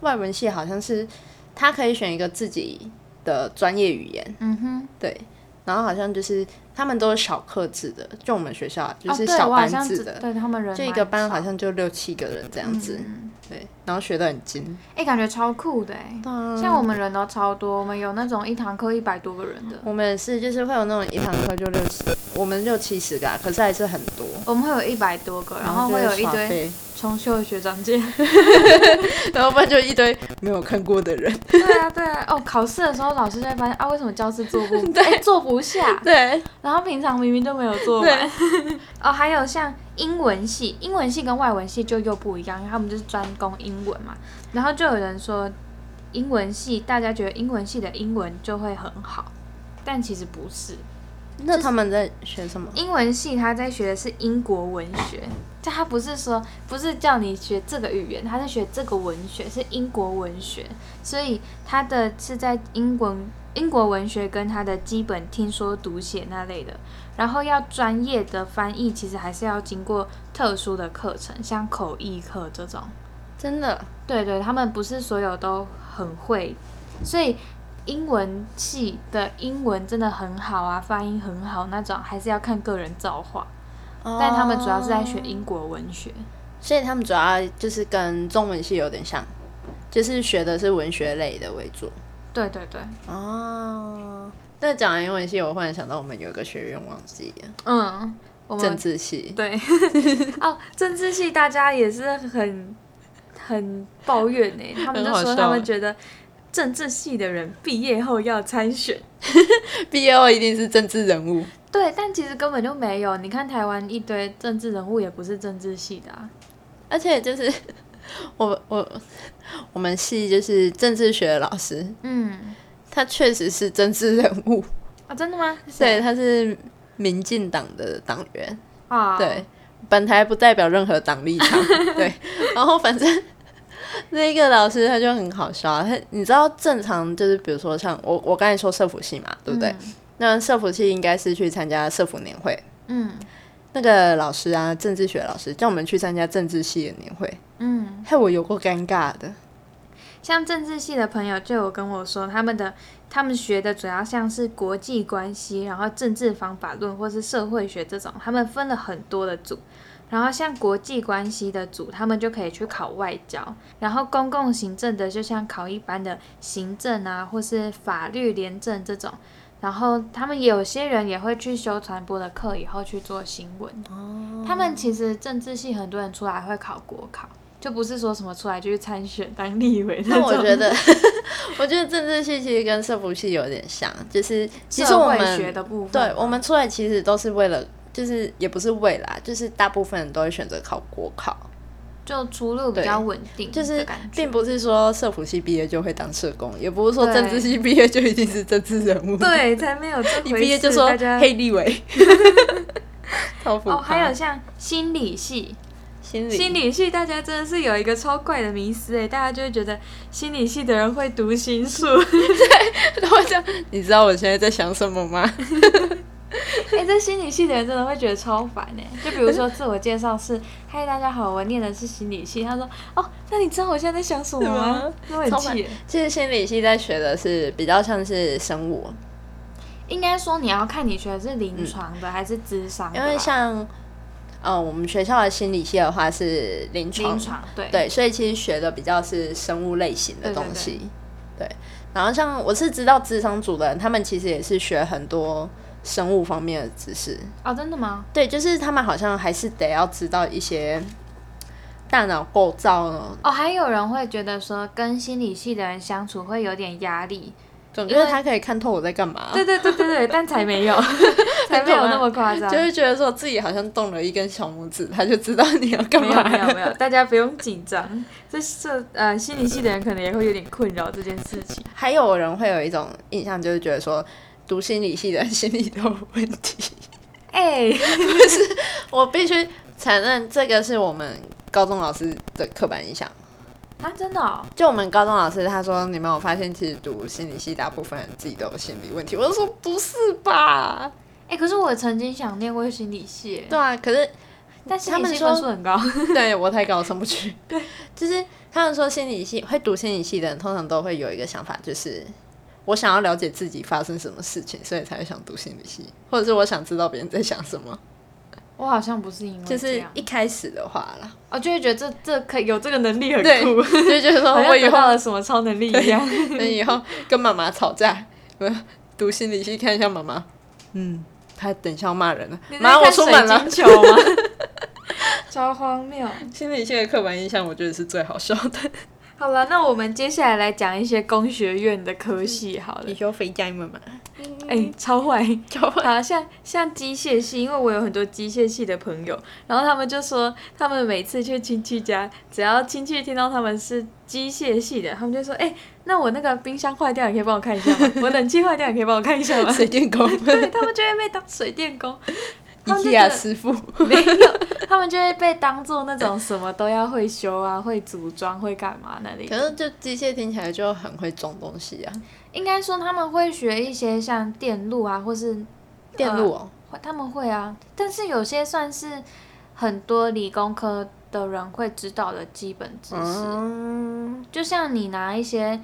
Speaker 3: 外文系好像是他可以选一个自己的专业语言，
Speaker 2: 嗯哼，
Speaker 3: 对。然后好像就是他们都是小课制的，就我们学校啊就
Speaker 2: 哦，
Speaker 3: 是
Speaker 2: 对，
Speaker 3: 小
Speaker 2: 我好
Speaker 3: 班
Speaker 2: 像
Speaker 3: 制
Speaker 2: 知
Speaker 3: 的，
Speaker 2: 对他们人
Speaker 3: 就一
Speaker 2: 蛮
Speaker 3: 个班
Speaker 2: 少
Speaker 3: 好像就六七个人这样子，
Speaker 2: 嗯
Speaker 3: 对。然后学的很精，
Speaker 2: 哎、感觉超酷的哎！像我们人都超多，我们有那种一堂课一百多个人的，
Speaker 3: 我们也是就是会有那种一堂课就六十，我们六七十个、啊，可是还是很多。
Speaker 2: 我们会有一百多个，然后
Speaker 3: 就
Speaker 2: 会
Speaker 3: 是
Speaker 2: 有一
Speaker 3: 耍
Speaker 2: 堆
Speaker 3: 废，
Speaker 2: 重修的学长姐。
Speaker 3: 然后不然就一堆没有看过的人，
Speaker 2: 对啊，对啊。哦，考试的时候老师就会发现啊，为什么教室坐 不哎坐不下，
Speaker 3: 对
Speaker 2: 然后平常明明就没有做
Speaker 3: 对
Speaker 2: 完。哦，还有像英文系，英文系跟外文系就又不一样，因为他们就是专攻英文嘛。然后就有人说，英文系，大家觉得英文系的英文就会很好，但其实不是。
Speaker 3: 那他们在学什么？
Speaker 2: 英文系他在学的是英国文学，但他不是说不是叫你学这个语言，他是学这个文学，是英国文学，所以他的是在英文英国文学跟他的基本听说读写那类的，然后要专业的翻译，其实还是要经过特殊的课程，像口译课这种。
Speaker 3: 真的，
Speaker 2: 对对，他们不是所有都很会，所以英文系的英文真的很好啊，发音很好那种，还是要看个人造化。但他们主要是在学英国文学，
Speaker 3: 哦所以他们主要就是跟中文系有点像，就是学的是文学类的为主。
Speaker 2: 对对对，
Speaker 3: 哦，那讲完英文系，我忽然想到我们有一个学院忘记了，
Speaker 2: 嗯，我
Speaker 3: 政
Speaker 2: 们
Speaker 3: 治系。
Speaker 2: 对 哦，政治系大家也是很很抱怨呢、他们就
Speaker 3: 很好
Speaker 2: 说
Speaker 3: 笑
Speaker 2: 他们觉得政治系的人毕业后要参选。
Speaker 3: 毕业后一定是政治人物，
Speaker 2: 对，但其实根本就没有。你看台湾一堆政治人物也不是政治系的、啊，
Speaker 3: 而且就是 我我我们系就是政治学的老师，
Speaker 2: 嗯，
Speaker 3: 他确实是政治人物，
Speaker 2: 啊，真的吗？
Speaker 3: 对，他是民进党的党员，
Speaker 2: 啊，
Speaker 3: 对，本台不代表任何党立场，对。 然后反正 那一个老师他就很好笑啊，他你知道正常就是比如说像我我刚才说社服系嘛，对不对？那社服系应该是去参加社服年会，
Speaker 2: 嗯
Speaker 3: 那个老师啊，政治学老师叫我们去参加政治系的年会，
Speaker 2: 嗯，
Speaker 3: 害我有过尴尬的。
Speaker 2: 像政治系的朋友就有跟我说，他们的他们学的主要像是国际关系，然后政治方法论或是社会学这种，他们分了很多的组。然后像国际关系的组，他们就可以去考外交，然后公共行政的就像考一般的行政啊，或是法律廉政这种。然后他们有些人也会去修传播的课，以后去做新闻。
Speaker 3: 哦
Speaker 2: 他们其实政治系很多人出来会考国考，就不是说什么出来就去参选当立委那
Speaker 3: 那
Speaker 2: 种。
Speaker 3: 我觉得， 我觉得政治系其实跟社服系有点像，就是其实
Speaker 2: 社
Speaker 3: 我
Speaker 2: 会
Speaker 3: 们
Speaker 2: 学的部分
Speaker 3: 对
Speaker 2: 嘛
Speaker 3: 我们出来其实都是为了，就是也不是为啦，就是大部分人都会选择考国考，
Speaker 2: 就出路比较稳定
Speaker 3: 就
Speaker 2: 的感觉，
Speaker 3: 是并不是说社服系毕业就会当社工，也不是说政治
Speaker 2: 对
Speaker 3: 系毕业就一定是政治人物，，
Speaker 2: 对，才没有这
Speaker 3: 一
Speaker 2: 回
Speaker 3: 毕业就
Speaker 2: 事
Speaker 3: 说
Speaker 2: 大家
Speaker 3: 黑立 委，超浮夸
Speaker 2: 哦，还有像心理系，
Speaker 3: 心理
Speaker 2: 心理系大家真的是有一个超怪的迷思哎，大家就会觉得心理系的人会读心术，
Speaker 3: 我想，你知道我现在在想什么 吗？
Speaker 2: 哎，这心理系的人真的会觉得超烦哎。就比如说自我介 绍是嗨大家好，我念的是心理系，他说哦，那你知道我现在在想什么
Speaker 3: 是吗
Speaker 2: 吗？那我很
Speaker 3: 超烦
Speaker 2: 气耶。
Speaker 3: 其实心理系在学的是比较像是生物，
Speaker 2: 应该说你要看你学的是临床的还是智商
Speaker 3: 嗯
Speaker 2: 的啊
Speaker 3: 因
Speaker 2: 吧，
Speaker 3: 为像呃我们学校的心理系的话是临床，
Speaker 2: 临床对
Speaker 3: 对，所以其实学的比较是生物类型的
Speaker 2: 对对
Speaker 3: 东西，对然后像我是知道智商组的人，他们其实也是学很多生物方面的知识，
Speaker 2: 哦，真的吗？
Speaker 3: 对，就是他们好像还是得要知道一些大脑构造呢，
Speaker 2: 哦，还有人会觉得说跟心理系的人相处会有点压力，
Speaker 3: 总
Speaker 2: 因
Speaker 3: 之
Speaker 2: 为
Speaker 3: 他可以看透我在干嘛，
Speaker 2: 对对对对对，但才没 有，才没有那么夸张
Speaker 3: 就。会觉得说自己好像动了一根小拇指，他就知道你要干
Speaker 2: 没有
Speaker 3: 嘛。
Speaker 2: 没有没有，大家不用紧张。这这呃，心理系的人可能也会有点困扰这件事情。
Speaker 3: 还有人会有一种印象，就是觉得说读心理系的人心理都有问题。
Speaker 2: 哎、
Speaker 3: 我必须承认，这个是我们高中老师的刻板印象。
Speaker 2: 啊，真的、哦，
Speaker 3: 就我们高中老师他说，你们有发现其实读心理系大部分人自己都有心理问题。我就说不是吧？
Speaker 2: 哎、可是我曾经想念过心理系耶，
Speaker 3: 对啊，可是
Speaker 2: 但心
Speaker 3: 他
Speaker 2: 理
Speaker 3: 们
Speaker 2: 系
Speaker 3: 说
Speaker 2: 分数很 高。
Speaker 3: 对我太高上不 去。对，就是他们说心理系会读心理系的人，通常都会有一个想法，就是我想要了解自己发生什么事情，所以才会想读心理系，或者是我想知道别人在想什么。
Speaker 2: 我好像不是因为
Speaker 3: 就
Speaker 2: 哦这
Speaker 3: 是
Speaker 2: 样，
Speaker 3: 一开始的话啦，
Speaker 2: 我、就会觉得这这可以有这个能力很
Speaker 3: 对，
Speaker 2: 酷，
Speaker 3: 就觉得说
Speaker 2: 好像
Speaker 3: 我以
Speaker 2: 得到
Speaker 3: 后
Speaker 2: 了什么超能力一样。
Speaker 3: 以后跟妈妈吵架，我读心理系看一下妈妈，嗯，她等一下要骂人了
Speaker 2: 你，在
Speaker 3: 妈我
Speaker 2: 看
Speaker 3: 出门了
Speaker 2: 水。晶球 吗？超荒谬。
Speaker 3: 心理系的刻板印象，我觉得是最好笑的。
Speaker 2: 好了，那我们接下来来讲一些工学院的科系好了
Speaker 3: 你。说肥宅 们嘛，
Speaker 2: 哎、超坏！
Speaker 3: 交换
Speaker 2: 好像像机械系，因为我有很多机械系的朋友，然后他们就说，他们每次去亲戚家，只要亲戚听到他们是机械系的，他们就说，哎、那我那个冰箱坏掉，你可以帮我看一下吗？我冷气坏掉，你可以帮我看一下吗？
Speaker 3: 水电工
Speaker 2: 对他们就会被当水电工，他们就觉
Speaker 3: ，IKEA
Speaker 2: 得
Speaker 3: 师傅，
Speaker 2: 没有，他们就会被当做那种什么都要会修啊、会组装、会干嘛那类 的。
Speaker 3: 可是就机械听起来就很会装东西啊，
Speaker 2: 应该说他们会学一些像电路啊，或是
Speaker 3: 电路哦，
Speaker 2: 会他们会啊，但是有些算是很多理工科的人会知道的基本
Speaker 3: 啊
Speaker 2: 知识，
Speaker 3: 嗯，
Speaker 2: 就像你拿一些。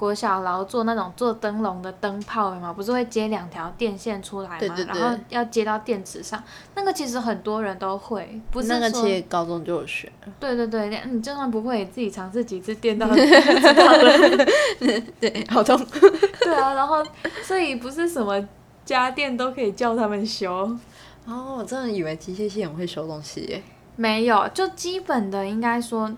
Speaker 2: 国小劳做那种做灯笼的灯泡嘛，不是会接两条电线出来嘛，
Speaker 3: 对对对
Speaker 2: 然后要接到电池上，那个其实很多人都会，不是
Speaker 3: 那个
Speaker 2: 说
Speaker 3: 其实高中就有学，
Speaker 2: 对对对，那你就算不会，也自己尝试几次电到 就知道了。
Speaker 3: 对，好痛，
Speaker 2: 对啊，然后所以不是什么家电都可以叫他们修，
Speaker 3: 哦，我真的以为机械系很会修东西耶，
Speaker 2: 没有，就基本的应该说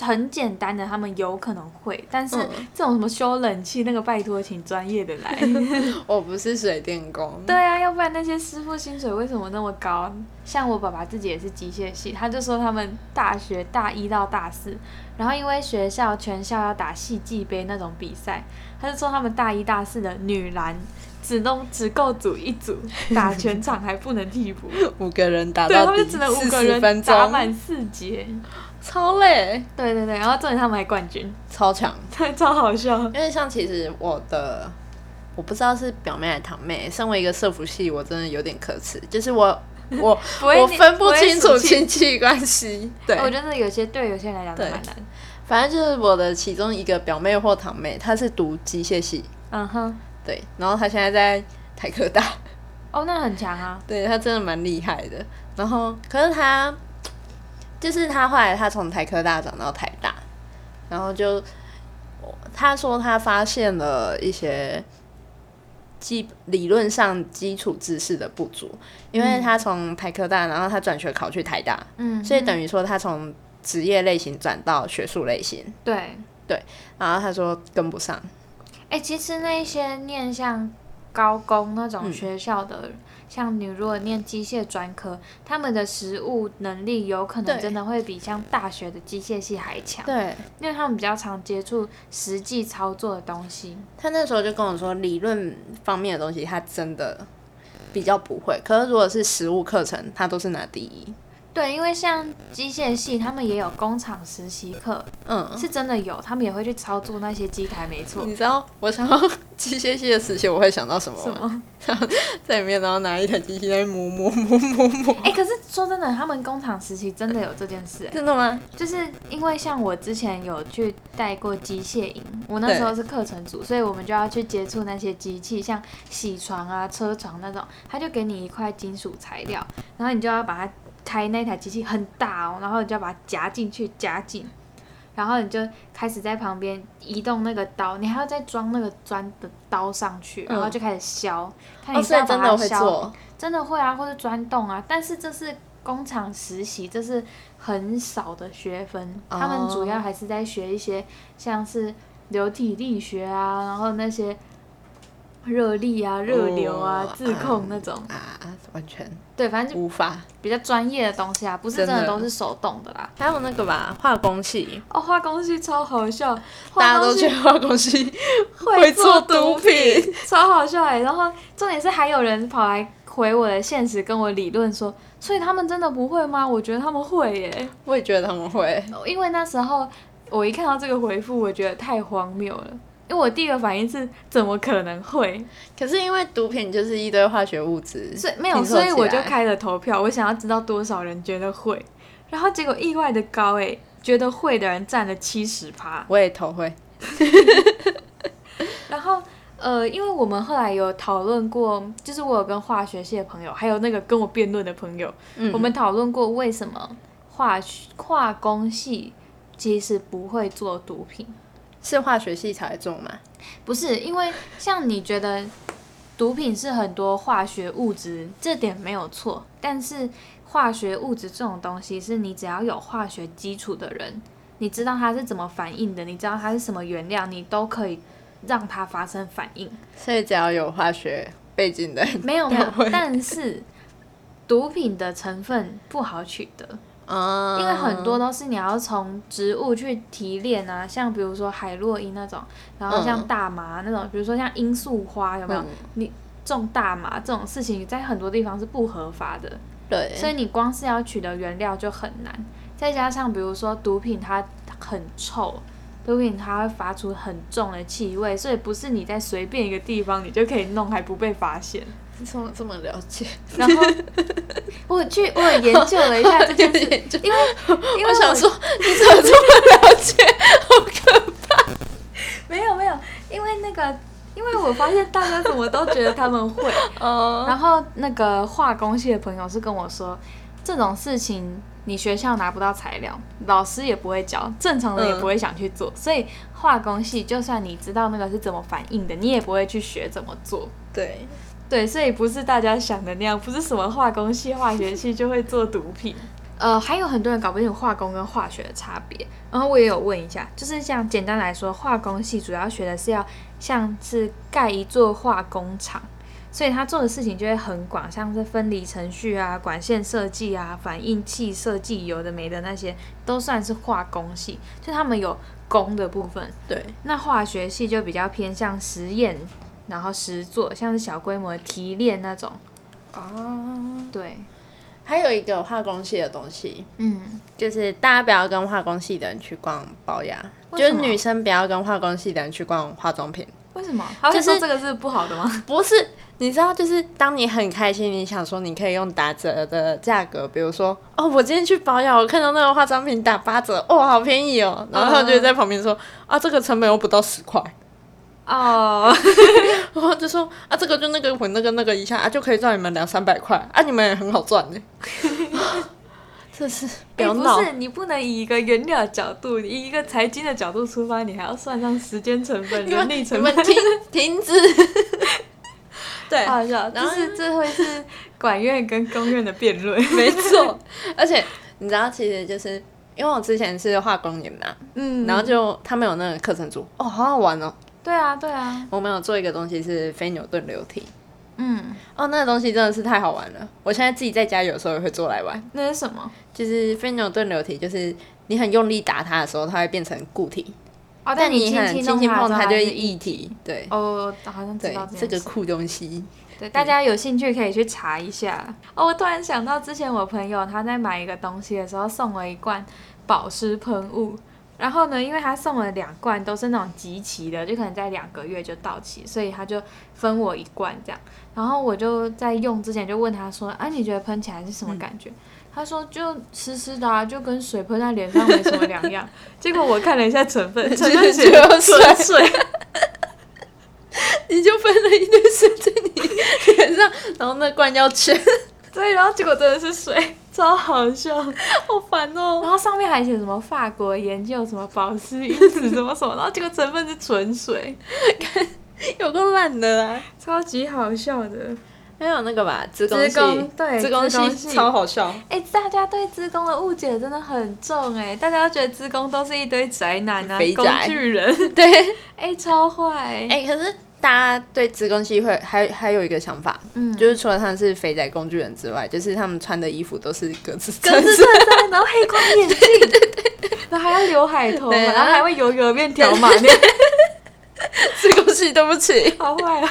Speaker 2: 很简单的，他们有可能会，但是
Speaker 3: 嗯
Speaker 2: 这种什么修冷气那个，拜托请专业的 来。
Speaker 3: 我不是水电工，
Speaker 2: 对啊，要不然那些师傅薪水为什么那么高？像我爸爸自己也是机械系，他就说他们大学大一到大四，然后因为学校全校要打戏剧杯那种比赛，他就说他们大一大四的女篮只弄只够组一组，打全场还不能替 补，
Speaker 3: 五个人打
Speaker 2: 对
Speaker 3: 到
Speaker 2: 他们
Speaker 3: 底，
Speaker 2: 就只能五
Speaker 3: 40
Speaker 2: 个人
Speaker 3: 分
Speaker 2: 打
Speaker 3: 钟，
Speaker 2: 满四节。
Speaker 3: 超累，
Speaker 2: 对对对，然后重点他们还冠军，
Speaker 3: 超强。
Speaker 2: 对， 超好笑。
Speaker 3: 因为像其实我的，我不知道是表妹还是堂妹，身为一个社服系，我真的有点可耻，就是 我我
Speaker 2: 不会
Speaker 3: 我分不清楚
Speaker 2: 亲，
Speaker 3: 亲戚关 系。对，
Speaker 2: 哦我觉得有些对有些人来讲都蛮难。
Speaker 3: 反正就是我的其中一个表妹或堂妹，她是读机械系，
Speaker 2: 嗯哼，
Speaker 3: 对，然后她现在在台科大，
Speaker 2: 哦，那很强啊。
Speaker 3: 对她真的蛮厉害的。然后可是她，就是她后来她从台科大转到台大，然后就她说她发现了一些基理论上基础知识的不足，因为她从台科大，然后她转学考去台大，
Speaker 2: 嗯，
Speaker 3: 所以等于说她从职业类型转到学术类型，
Speaker 2: 对，
Speaker 3: 然后她说跟不上。
Speaker 2: 哎、其实那一些念像高工那种
Speaker 3: 嗯
Speaker 2: 学校的，像你如果念机械专科，他们的实务能力有可能
Speaker 3: 对
Speaker 2: 真的会比像大学的机械系还强，
Speaker 3: 对，
Speaker 2: 因为他们比较常接触实际操作的东西。
Speaker 3: 他那时候就跟我说，理论方面的东西他真的比较不会，可是如果是实物课程，他都是拿第一。
Speaker 2: 对，因为像机械系，他们也有工厂实习课，
Speaker 3: 嗯，
Speaker 2: 是真的有，他们也会去操作那些机台，没错。
Speaker 3: 你知道我想到机械系的实习，我会想到什么
Speaker 2: 什
Speaker 3: 吗？
Speaker 2: 么？
Speaker 3: 在里面，然后拿一台机器在那边磨磨磨磨磨。
Speaker 2: 哎、可是说真的，他们工厂实习真的有这件事、哎
Speaker 3: 真的吗？
Speaker 2: 就是因为像我之前有去带过机械营，我那时候是课程组，所以我们就要去接触那些机器，像铣床啊、车床那种，他就给你一块金属材料，然后你就要把它开那台机器很大哦，然后你就要把它夹进去，夹紧。哦然后你就开始在旁边移动那个刀，你还要再装那个钻的刀上去，
Speaker 3: 嗯
Speaker 2: 然后就开始削。看
Speaker 3: 哦，
Speaker 2: 你是
Speaker 3: 所以
Speaker 2: 要把
Speaker 3: 真的
Speaker 2: 它
Speaker 3: 会
Speaker 2: 削
Speaker 3: 做。
Speaker 2: 真的会啊，或者钻洞啊，但是这是工厂实习，这是很少的学分，
Speaker 3: 哦
Speaker 2: 他们主要还是在学一些像是流体力学啊，然后那些热力啊、热流啊、
Speaker 3: 哦
Speaker 2: 自控那种，
Speaker 3: 啊，完全
Speaker 2: 对，反正就
Speaker 3: 无法。
Speaker 2: 比较专业的东西啊，不是真
Speaker 3: 真
Speaker 2: 的
Speaker 3: 的
Speaker 2: 都是手动的啦。
Speaker 3: 还有那个吧，化工系，
Speaker 2: 哦，化工系超好笑，
Speaker 3: 大家
Speaker 2: 化
Speaker 3: 都
Speaker 2: 工系
Speaker 3: 觉得化工系
Speaker 2: 会做毒
Speaker 3: 毒
Speaker 2: 品，超好笑哎、然后重点是还有人跑来回我的现实跟我理论说，所以他们真的不会吗？我觉得他们会耶、
Speaker 3: 我也觉得他们会。
Speaker 2: 因为那时候我一看到这个回复，我觉得太荒谬了。因为我第一个反应是怎么可能会，
Speaker 3: 可是因为毒品就是一堆化学物质，
Speaker 2: 所以没有，
Speaker 3: 拼凑起
Speaker 2: 所
Speaker 3: 来
Speaker 2: 以我就开了投票，我想要知道多少人觉得会，然后结果意外的高哎、觉得会的人占了七十趴，
Speaker 3: 我也头会。
Speaker 2: 然后呃，因为我们后来有讨论过，就是我有跟化学系的朋友，还有那个跟我辩论的朋友，
Speaker 3: 嗯
Speaker 2: 我们讨论过为什么化学化工系其实不会做毒品。
Speaker 3: 是化学系才做嘛？
Speaker 2: 不是因为像你觉得毒品是很多化学物质，这点没有错，但是化学物质这种东西是你只要有化学基础的人，你知道它是怎么反应的，你知道它是什么原料，你都可以让它发生反应。
Speaker 3: 所以只要有化学背景的，
Speaker 2: 没有没有
Speaker 3: 都会，
Speaker 2: 但是毒品的成分不好取得，
Speaker 3: 啊
Speaker 2: 因为很多都是你要从植物去提炼啊，像比如说海洛因那种，然后像
Speaker 3: 嗯
Speaker 2: 大麻那种，比如说像罂粟花有没有？
Speaker 3: 嗯
Speaker 2: 你种大麻这种事情在很多地方是不合法的，
Speaker 3: 对，
Speaker 2: 所以你光是要取得原料就很难，再加上比如说毒品它很臭。毒品它会发出很重的气味，所以不是你在随便一个地方你就可以弄，还不被发现。
Speaker 3: 这么这么了解，
Speaker 2: 然后我去，我有研究了一
Speaker 3: 哎
Speaker 2: 下这件事，
Speaker 3: 研究
Speaker 2: 因为因为
Speaker 3: 我想说
Speaker 2: 你怎么
Speaker 3: 这么了解，好可
Speaker 2: 没有没有，因为那个，因为我发现大家怎么都觉得他们会，
Speaker 3: 哦，
Speaker 2: 然后那个化工系的朋友是跟我说，这种事情你学校拿不到材料，老师也不会教，正常人也
Speaker 3: 嗯
Speaker 2: 不会想去做，所以化工系就算你知道那个是怎么反应的，你也不会去学怎么做。
Speaker 3: 对，
Speaker 2: 对，所以不是大家想的那样，不是什么化工系、化学系就会做毒品。 呃，还有很多人搞不清楚化工跟化学的差别。然后我也有问一下，就是像简单来说，化工系主要学的是要像是盖一座化工厂，所以他做的事情就会很广，像是分离程序啊、管线设计啊、反应器设计，有的没的那些都算是化工系，就他们有工的部分。
Speaker 3: 对，
Speaker 2: 那化学系就比较偏向实验，然后实做，像是小规模的提炼那种。
Speaker 3: 哦，
Speaker 2: 对，
Speaker 3: 还有一个化工系的东西，
Speaker 2: 嗯，
Speaker 3: 就是大家不要跟化工系的人去逛保养，就
Speaker 2: 为
Speaker 3: 是
Speaker 2: 什么
Speaker 3: 女生不要跟化工系的人去逛化妆品。
Speaker 2: 为什么？他
Speaker 3: 就
Speaker 2: 会
Speaker 3: 是
Speaker 2: 说这个是不好的吗？
Speaker 3: 不是，你知道，就是当你很开心，你想说你可以用打折的价格，比如说，哦，我今天去保养，我看到那个化妆品打八折，哦，好便宜 哦。然后他们就会在旁边说，啊，这个成本又不到十块，
Speaker 2: 哦，
Speaker 3: 然后就说，啊，这个就那个混那个那个一下，啊，就可以赚你们两三百块，啊，你们也很好赚呢。 哎这是 不要闹
Speaker 2: 哎不，是，你不能以一个原料角度，以一个财经的角度出发，你还要算上时间成 本、
Speaker 3: 你们
Speaker 2: 人力
Speaker 3: 你
Speaker 2: 成
Speaker 3: 们
Speaker 2: 本。
Speaker 3: 停停止。 啊对，
Speaker 2: 好笑，
Speaker 3: 然
Speaker 2: 就
Speaker 3: 后
Speaker 2: 是这会是管院跟公院的辩论。
Speaker 3: 没错，而且你知道，其实就是因为我之前是化工研嘛，
Speaker 2: 嗯
Speaker 3: 然后就他们有那个课程组，哦，好好玩哦。
Speaker 2: 对啊，对啊，
Speaker 3: 我们有做一个东西是非牛顿流体，
Speaker 2: 嗯，
Speaker 3: 哦，那个东西真的是太好玩了。我现在自己在家有时候也会做来玩，
Speaker 2: 那是什么？
Speaker 3: 就是非牛顿流体，就是你很用力打它的时候，它会变成固体，
Speaker 2: 哦，
Speaker 3: 但
Speaker 2: 你
Speaker 3: 很
Speaker 2: 轻
Speaker 3: 轻轻碰它
Speaker 2: 它
Speaker 3: 就会
Speaker 2: 是
Speaker 3: 液体。对，
Speaker 2: 哦，好像知
Speaker 3: 对
Speaker 2: 道，件
Speaker 3: 这个
Speaker 2: 事
Speaker 3: 酷东西，
Speaker 2: 对，大家有兴趣可以去查一下。哦，我突然想到，之前我朋友他在买一个东西的时候送我一罐保湿喷雾，然后呢，因为他送了两罐都是那种集齐的，就可能在两个月就到期，所以他就分我一罐这样。然后我就在用之前就问他说：“啊，你觉得喷起来是什
Speaker 3: 嗯
Speaker 2: 么感觉？”他说：“就湿湿的啊，就跟水喷在脸上没什么两样。” 结果我看了一下成 分，成分
Speaker 3: 就是只
Speaker 2: 写
Speaker 3: 有
Speaker 2: 的纯
Speaker 3: 水
Speaker 2: 水。
Speaker 3: 你就喷了一堆水在你脸上，然后那罐要钱，
Speaker 2: 对，然后结果真的是水， 超好笑。
Speaker 3: 好烦哦。
Speaker 2: 然后上面还写什么法国研究什么保湿因子什么什么，然后这个成分是纯水，
Speaker 3: 有够烂的啊啦、
Speaker 2: 超级好笑的。
Speaker 3: 还有那个吧，子宫
Speaker 2: 子
Speaker 3: 系
Speaker 2: 宫对
Speaker 3: 子宫
Speaker 2: 子宫
Speaker 3: 系
Speaker 2: 系
Speaker 3: 超好笑。
Speaker 2: 哎、大家对资工的误解真的很重哎、大家都觉得资工都是一堆宅男啊
Speaker 3: 肥、
Speaker 2: 工
Speaker 3: 宅
Speaker 2: 具人，
Speaker 3: 对，
Speaker 2: 哎、超坏、
Speaker 3: 哎、可是大家对子宫系会还还有一个想法，
Speaker 2: 嗯，
Speaker 3: 就是除了他们是肥宅工具人之外，就是他们穿的衣服都是格 子
Speaker 2: 格
Speaker 3: 衬
Speaker 2: 子
Speaker 3: 衫，
Speaker 2: 衬衫，然后黑框眼镜，然后还要刘海头嘛，
Speaker 3: 对
Speaker 2: 然后还会油油面条码，
Speaker 3: 子宫系对不起。
Speaker 2: 好坏啊！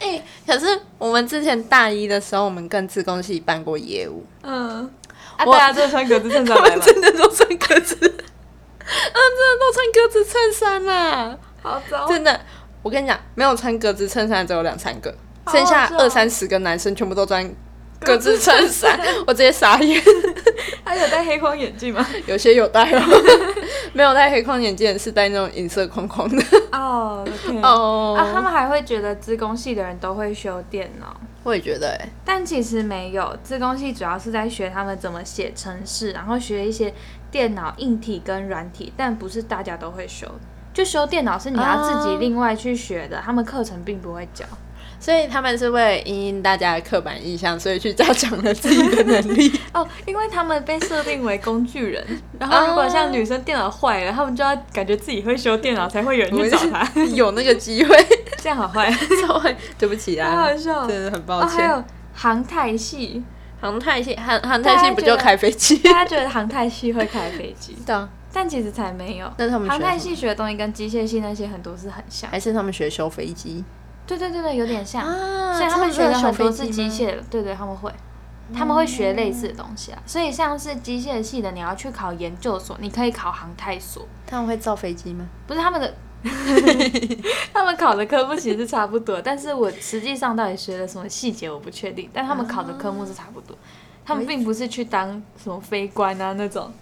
Speaker 3: 哎、可是我们之前大一的时候，我们跟子宫系办过业务，
Speaker 2: 嗯，啊，
Speaker 3: 我
Speaker 2: 大家真的穿格子衬衫
Speaker 3: 他
Speaker 2: 来
Speaker 3: 们
Speaker 2: 了，
Speaker 3: 真的都穿格 子，啊，真的都穿格子衬衫啊啦，
Speaker 2: 好糟，
Speaker 3: 真的。我跟你讲，没有穿格子衬衫的只有两三个，
Speaker 2: 好好
Speaker 3: 剩下
Speaker 2: 笑
Speaker 3: 二三十个男生全部都穿格子衬衫， 我直接傻眼。
Speaker 2: 还有戴黑框眼镜吗？
Speaker 3: 有些有戴哦， 没有戴黑框眼镜的是戴那种银色框框的。
Speaker 2: 哦， 天哪
Speaker 3: 哦
Speaker 2: 啊，他们还会觉得资工系的人都会修电脑，
Speaker 3: 我也觉得、欸，
Speaker 2: 但其实没有，资工系主要是在学他们怎么写程式，然后学一些电脑硬体跟软体，但不是大家都会修。就修电脑是你要自己
Speaker 3: 啊
Speaker 2: 另外去学的，他们课程并不会教。
Speaker 3: 所以他们是为了因应大家的刻板印象，所以去加强了自己的能力。
Speaker 2: 哦，因为他们被设定为工具人，然后如果像女生电脑坏了，他们就要感觉自己会修电脑，才会有人去找他，
Speaker 3: 哦我是有那个机 会，
Speaker 2: 这样好坏，
Speaker 3: 稍微对不起
Speaker 2: 好
Speaker 3: 啊
Speaker 2: 好，笑。
Speaker 3: 真的很
Speaker 2: 哦，
Speaker 3: 抱
Speaker 2: 还
Speaker 3: 歉。
Speaker 2: 有航太系，
Speaker 3: 航太系航航
Speaker 2: 大
Speaker 3: 太
Speaker 2: 家
Speaker 3: 系不就
Speaker 2: 觉得
Speaker 3: 开飞 机？
Speaker 2: 大家觉得航太系会开飞机，
Speaker 3: 的，
Speaker 2: 但其实才没有。
Speaker 3: 那他们学
Speaker 2: 航太
Speaker 3: 什么
Speaker 2: 系学的东西跟机械系那些很多是很像，
Speaker 3: 还是他们学修飞机
Speaker 2: 对对对对，有点像。
Speaker 3: 啊
Speaker 2: 所以他们学
Speaker 3: 真
Speaker 2: 的
Speaker 3: 的
Speaker 2: 很多
Speaker 3: 修飞
Speaker 2: 是
Speaker 3: 吗
Speaker 2: 机械的，对对，他们会，他们会学类似的东西啊。所以像是机械系的，你要去考研究所，你可以考航太所，
Speaker 3: 他们会造飞机吗？
Speaker 2: 不是他 们的，他们考的科目其实是差不多，但是我实际上到底学了什么细节我不确定，但他们考的科目是差不
Speaker 3: 啊
Speaker 2: 多，他们并不是去当什么飞官啊那种。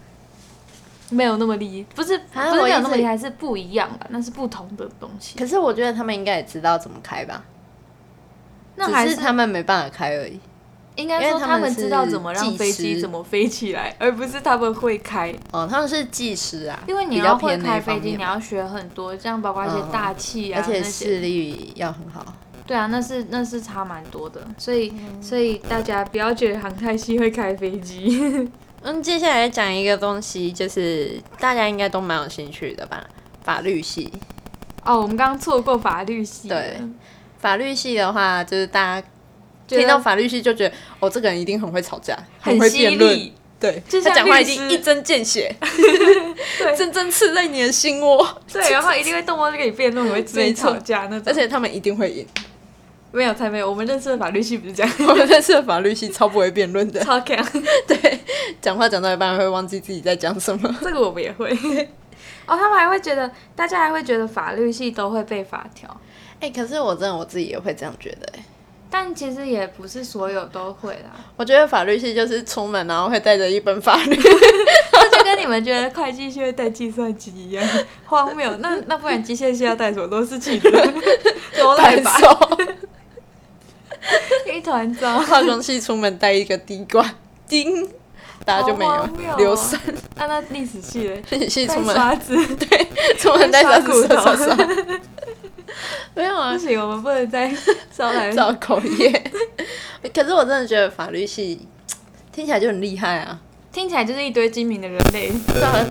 Speaker 2: 没有那么厉，不是不
Speaker 3: 啊
Speaker 2: 是
Speaker 3: 我
Speaker 2: 没有
Speaker 3: 一
Speaker 2: 那么
Speaker 3: 直
Speaker 2: 厉害，是不一样的，那是不同的东西。
Speaker 3: 可是我觉得他们应该也知道怎么开吧，
Speaker 2: 那还
Speaker 3: 只是他们没办法开而已。
Speaker 2: 应该
Speaker 3: 因
Speaker 2: 说
Speaker 3: 为他们
Speaker 2: 们知道
Speaker 3: 是
Speaker 2: 怎么让
Speaker 3: 技
Speaker 2: 飞
Speaker 3: 师
Speaker 2: 机怎么飞起来，而不是他们会开。
Speaker 3: 哦，他们是技师啊，
Speaker 2: 因为你
Speaker 3: 比较
Speaker 2: 要会
Speaker 3: 偏那
Speaker 2: 开
Speaker 3: 一方
Speaker 2: 飞机，
Speaker 3: 面
Speaker 2: 你
Speaker 3: 嘛
Speaker 2: 要学很多，这样包括一
Speaker 3: 嗯
Speaker 2: 些
Speaker 3: 嗯
Speaker 2: 大气啊
Speaker 3: 而且
Speaker 2: 那些。
Speaker 3: 视力要很好。
Speaker 2: 对啊，那是那是差蛮多的，所以
Speaker 3: 嗯
Speaker 2: 所以大家不要觉得航太系会开飞机。
Speaker 3: 嗯，接下来讲一个东西，就是大家应该都蛮有兴趣的吧？法律系，
Speaker 2: 哦，我们刚刚错过法律系了，
Speaker 3: 对法律系的话，就是大家
Speaker 2: 觉得
Speaker 3: 听到法律系就觉得，哦，这个人一定很会吵架，
Speaker 2: 很
Speaker 3: 会
Speaker 2: 犀
Speaker 3: 辩论，
Speaker 2: 利，
Speaker 3: 对，
Speaker 2: 就
Speaker 3: 他
Speaker 2: 像
Speaker 3: 讲话
Speaker 2: 律
Speaker 3: 一定
Speaker 2: 师
Speaker 3: 一针见 血，
Speaker 2: 对
Speaker 3: 针针刺在你的心窝，
Speaker 2: 对，然后一定会动不动就跟你辩论，我会自己
Speaker 3: 没错
Speaker 2: 吵架那种。
Speaker 3: 而且他们一定会赢。
Speaker 2: 没有才没有，我们认识的法律系不是这样，
Speaker 3: 我们认识的法律系超不会辩论的，
Speaker 2: 超强，
Speaker 3: 讲话讲到一半会忘记自己在讲什么。
Speaker 2: 这个我们也会。 哦，他们还会觉得，大家还会觉得法律系都会背法条，
Speaker 3: 哎、可是我真的我自己也会这样觉得、哎，
Speaker 2: 但其实也不是所有都会啦。
Speaker 3: 我觉得法律系就是出门然后会带着一本法 律，
Speaker 2: 这就跟你们觉得会计系会带计算机一样 荒谬。那那不然机械系要带什么？都是计 算，都来
Speaker 3: 白
Speaker 2: 吧，
Speaker 3: 手。
Speaker 2: 一团 啊糟。
Speaker 3: 化妆系出门带一个滴管，叮，大家就没
Speaker 2: 好荒谬
Speaker 3: 有
Speaker 2: 哦
Speaker 3: 流散。
Speaker 2: 啊，那历史系嘞？
Speaker 3: 历史系出
Speaker 2: 带
Speaker 3: 门
Speaker 2: 刷子
Speaker 3: 出门带小骨
Speaker 2: 刷
Speaker 3: 头，
Speaker 2: 骨头
Speaker 3: 没有
Speaker 2: 不
Speaker 3: 啊，
Speaker 2: 行，我们不能再烧来。
Speaker 3: 造口业。哎 可是我真的觉得法律系听起来就很厉害啊，
Speaker 2: 听起来就是一堆精明的人类。
Speaker 3: 对啊，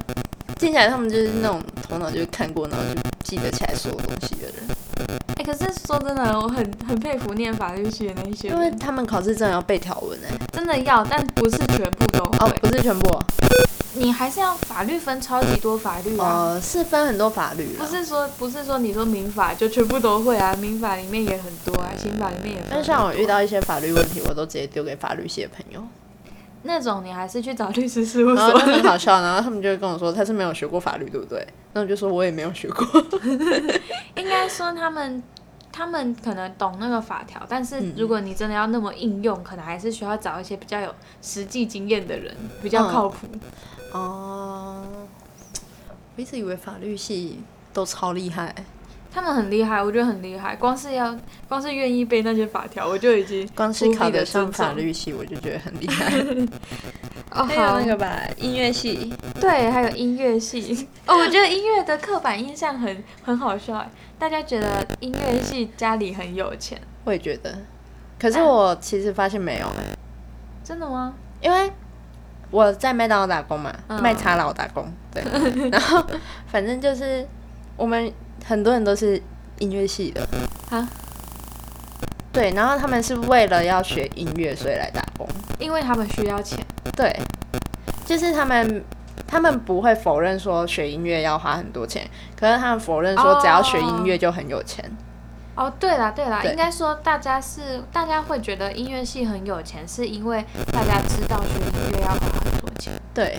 Speaker 3: 听起来他们就是那种头脑就是看过，然后就记得起来所有东西的人，
Speaker 2: 哎、可是说真的，我很很佩服念法律系的那一些
Speaker 3: 因为
Speaker 2: 人，
Speaker 3: 他们考试真的要背条文哎、
Speaker 2: 真的要，但不是全部都
Speaker 3: 哦
Speaker 2: 会，，
Speaker 3: 不是全部哦，
Speaker 2: 你还是要法律分超级多法律啊。
Speaker 3: 呃，是分很多法律啦啊
Speaker 2: 不，是说不是说你说民法就全部都会啊，民法里面也很多啊，刑法里面也很多。
Speaker 3: 但像我遇到一些法律问题，我都直接丢给法律系的朋 友，
Speaker 2: 那种你还是去找律师事务
Speaker 3: 然后
Speaker 2: 所
Speaker 3: 就。很好笑，然后他们就会跟我说他是没有学过法律，对不对？那我就说我也没有学过，
Speaker 2: 应该说他们他们可能懂那个法条，但
Speaker 3: 嗯
Speaker 2: 是如果你真的要那么应用，可能还是需要找一些比较有实际经验的人，比较靠谱。
Speaker 3: 嗯哦、 我一直以为法律系都超厉害，
Speaker 2: 他们很厉害，我觉得很厉害。光是要光是愿意背那些法条，我就已经
Speaker 3: 光是考得上法
Speaker 2: 无比
Speaker 3: 律系，我就觉得很厉 害。
Speaker 2: 的尊重哦，
Speaker 3: 还有
Speaker 2: 好
Speaker 3: 那个吧，音乐系，
Speaker 2: 对，还有音乐系 哦，我觉得音乐的刻板印象很很好笑哎，大家觉得音乐系家里很有钱，
Speaker 3: 我也觉得。可是我其实发现没有、
Speaker 2: 真的吗？
Speaker 3: 因为我在麦当劳打工嘛，
Speaker 2: 嗯
Speaker 3: 卖茶佬打工， 对。然后反正就是我们很多人都是音乐系的，
Speaker 2: 啊，
Speaker 3: 对。然后他们是为了要学音乐，所以来打工，
Speaker 2: 因为他们需要钱，
Speaker 3: 对。就是他们，他们不会否认说学音乐要花很多钱，可是他们否认说只要学音乐就很有钱。
Speaker 2: 哦，对啦对啦，
Speaker 3: 对
Speaker 2: 应该说大家是大家会觉得音乐系很有钱，是因为大家知道学音乐要花很多钱，
Speaker 3: 对，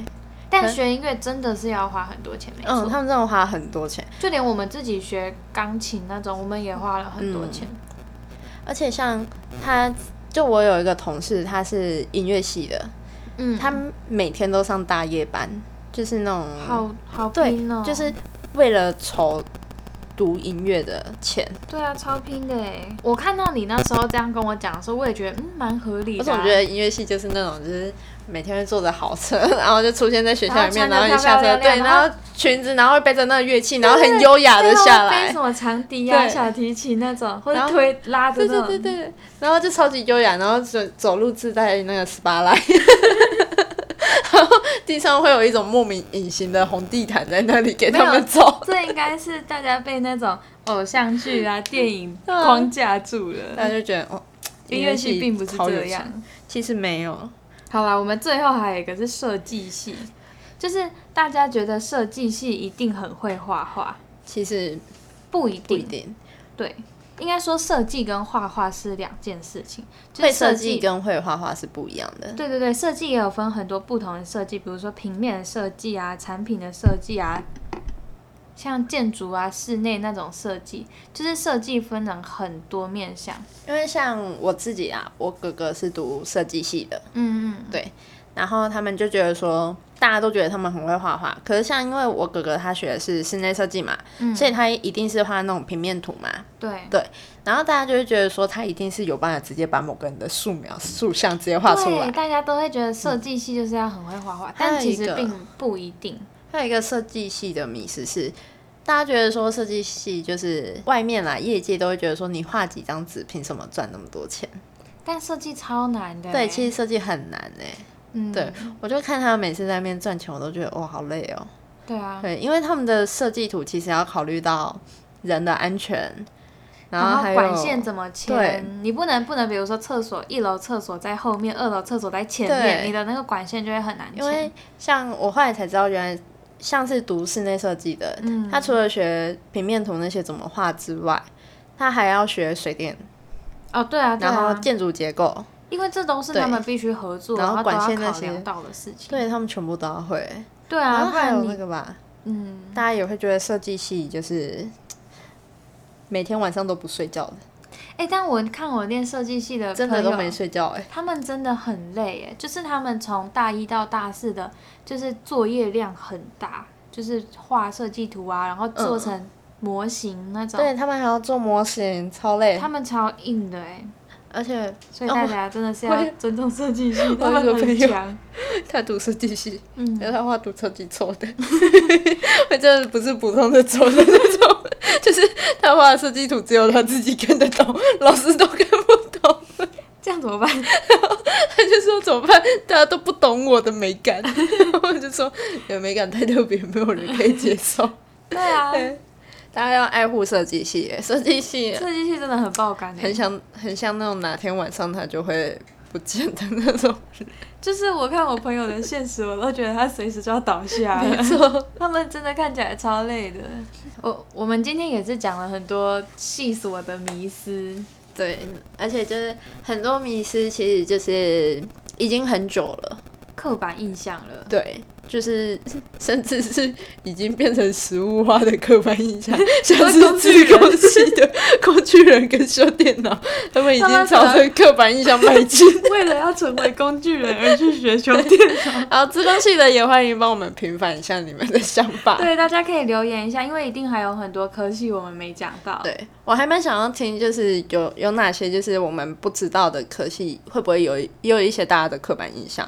Speaker 2: 但
Speaker 3: 可
Speaker 2: 学音乐真的是要花很多钱，没错，
Speaker 3: 嗯，他们真的花很多钱。
Speaker 2: 就连我们自己学钢琴那种，我们也花了很多钱。
Speaker 3: 而且像他，就我有一个同事，他是音乐系的，
Speaker 2: 嗯，
Speaker 3: 他每天都上大夜班，就是那种
Speaker 2: 好好哦
Speaker 3: 对
Speaker 2: 拼哦，，
Speaker 3: 就是为了筹读音乐的钱。
Speaker 2: 对啊，超拼的哎！我看到你那时候这样跟我讲的时候，我也觉得嗯蛮合理的、
Speaker 3: 我
Speaker 2: 啊。
Speaker 3: 总觉得音乐系就是那种，就是每天会坐着好车， 然后就出现在学校里面，
Speaker 2: 然
Speaker 3: 然
Speaker 2: 后
Speaker 3: 后
Speaker 2: 穿
Speaker 3: 你下
Speaker 2: 得漂漂
Speaker 3: 车，
Speaker 2: 亮亮
Speaker 3: 对，
Speaker 2: 然后
Speaker 3: 然后裙子，然后会背着那个乐器，然后很优雅的
Speaker 2: 对啊
Speaker 3: 下
Speaker 2: 然后背
Speaker 3: 来
Speaker 2: 什，么长笛啊、
Speaker 3: 对
Speaker 2: 小提琴那种，或
Speaker 3: 然
Speaker 2: 者
Speaker 3: 后
Speaker 2: 推拉的
Speaker 3: 对
Speaker 2: 那
Speaker 3: 对
Speaker 2: 种。
Speaker 3: 对对，然后就超级优雅，然后走走路自带那个 SPA 来， 然后地上会有一种莫名隐形的红地毯在那里给他
Speaker 2: 没
Speaker 3: 们
Speaker 2: 有
Speaker 3: 走，
Speaker 2: 这应该是大家被那种偶像剧 啊、电影
Speaker 3: 嗯
Speaker 2: 框架住了。
Speaker 3: 大家就觉得哦，
Speaker 2: 音乐系并不是
Speaker 3: 超有
Speaker 2: 这
Speaker 3: 钱
Speaker 2: 样。。
Speaker 3: 其实没有，
Speaker 2: 好啦，我们最后还有一个是设计系，就是大家觉得设计系一定很会画画，
Speaker 3: 其实
Speaker 2: 不一定。
Speaker 3: 不一定。
Speaker 2: 对，应该说设计跟画画是两件事情。就
Speaker 3: 会
Speaker 2: 是
Speaker 3: 设计
Speaker 2: 计
Speaker 3: 跟会画画是不一样的。
Speaker 2: 对对对，设计也有分很多不同的设计，比如说平面的设计啊、产品的设计啊，像建筑啊、室内那种设计，就是设计分成很多面向。
Speaker 3: 因为像我自己啊，我哥哥是读设计系的，
Speaker 2: 嗯嗯，
Speaker 3: 对，然后他们就觉得说，大家都觉得他们很会画画，可是像因为我哥哥他学的是室内设计嘛，
Speaker 2: 嗯
Speaker 3: 所以他一定是画那种平面图嘛，
Speaker 2: 对
Speaker 3: 对，然后大家就会觉得说，他一定是有办法直接把某个人的素描、塑像直接画出
Speaker 2: 对
Speaker 3: 来。嗯
Speaker 2: 大家都会觉得设计系就是要很会画画，但
Speaker 3: 还有
Speaker 2: 其
Speaker 3: 一
Speaker 2: 实
Speaker 3: 个
Speaker 2: 并不一定。
Speaker 3: 还有一个设计系的迷思是，大家觉得说设计系就是外面啦，业界都会觉得说，你画几张纸，凭什么赚那么多钱？
Speaker 2: 但设计超难的欸、
Speaker 3: 对，其实设计很难哎、
Speaker 2: 嗯，
Speaker 3: 对，我就看他们每次在那边赚钱，我都觉得哇，好累哦。
Speaker 2: 对啊，
Speaker 3: 对，因为他们的设计图其实要考虑到人的安全，然
Speaker 2: 然
Speaker 3: 后
Speaker 2: 后
Speaker 3: 还有
Speaker 2: 管线怎么
Speaker 3: 对
Speaker 2: 牵，你不能不能，比如说厕所一楼厕所在后面，二楼厕所在前面，
Speaker 3: 对
Speaker 2: 你的那个管线就会很难
Speaker 3: 因
Speaker 2: 牵
Speaker 3: 为。像我后来才知道，原来像是读室内设计的，
Speaker 2: 嗯
Speaker 3: 他除了学平面图那些怎么画之外，他还要学水电，
Speaker 2: 哦，对啊，对
Speaker 3: 然后
Speaker 2: 啊，
Speaker 3: 建筑结构，
Speaker 2: 因为这都是他们必须合作，
Speaker 3: 对然后
Speaker 2: 后都要
Speaker 3: 管线那
Speaker 2: 考
Speaker 3: 些
Speaker 2: 量到的事情。
Speaker 3: 对他们全部都要会。
Speaker 2: 对
Speaker 3: 然后
Speaker 2: 啊，不
Speaker 3: 还有
Speaker 2: 然
Speaker 3: 那
Speaker 2: 你
Speaker 3: 个吧，
Speaker 2: 嗯，
Speaker 3: 大家也会觉得设计系就是每天晚上都不睡觉的，
Speaker 2: 哎，但我看我练设计系的
Speaker 3: 真的
Speaker 2: 朋
Speaker 3: 都
Speaker 2: 友
Speaker 3: 没睡觉哎、
Speaker 2: 他们真的很累耶，就是他们从大一到大四的，就是作业量很大，就是画设计图啊，然后做成模型那种，
Speaker 3: 对他们还要做模型，超累。
Speaker 2: 他们超硬的哎，
Speaker 3: 而且
Speaker 2: 所以大家真的是
Speaker 3: 我
Speaker 2: 要
Speaker 3: 也
Speaker 2: 尊重设计 系，他
Speaker 3: 我有一个
Speaker 2: 们很
Speaker 3: 朋友
Speaker 2: 强，
Speaker 3: 他读设计系，
Speaker 2: 嗯
Speaker 3: 可是他画图超级丑的， 我真的不是普通的丑的那种， 就是他画的设计图只有他自己看得懂，老师都看不懂。
Speaker 2: 这样怎么 办？
Speaker 3: 他就说怎么办？大家都不懂我的美感， 我就说你的美感太特别，没有人可以接受。
Speaker 2: 对啊，
Speaker 3: 大家要爱护设计系耶，设计系
Speaker 2: 设计系真的很爆肝哎
Speaker 3: 很，像很像那种哪天晚上他就会不见的那种，
Speaker 2: 就是我看我朋友的现实，我都觉得他随时就要倒下了。
Speaker 3: 错。
Speaker 2: 他们真的看起来超累的。我我们今天也是讲了很多细琐的迷思，
Speaker 3: 对，而且就是很多迷思，其实就是已经很久了，
Speaker 2: 刻板印象了。
Speaker 3: 对，就是 甚至是已经变成食物化的刻板印 象，像是自贡系的 工具人跟修电脑，他们已经朝着刻板印象迈进。
Speaker 2: 为了要成为工具人而去学修电，
Speaker 3: 然后自贡系的也欢迎帮我们平反一下你们的想法。
Speaker 2: 对，大家可以留言一下，因为一定还有很多科系我们没讲到。，
Speaker 3: 对我还蛮想要听，就是有有哪些就是我们不知道的科系，会不会有也有一些大家的刻板印象？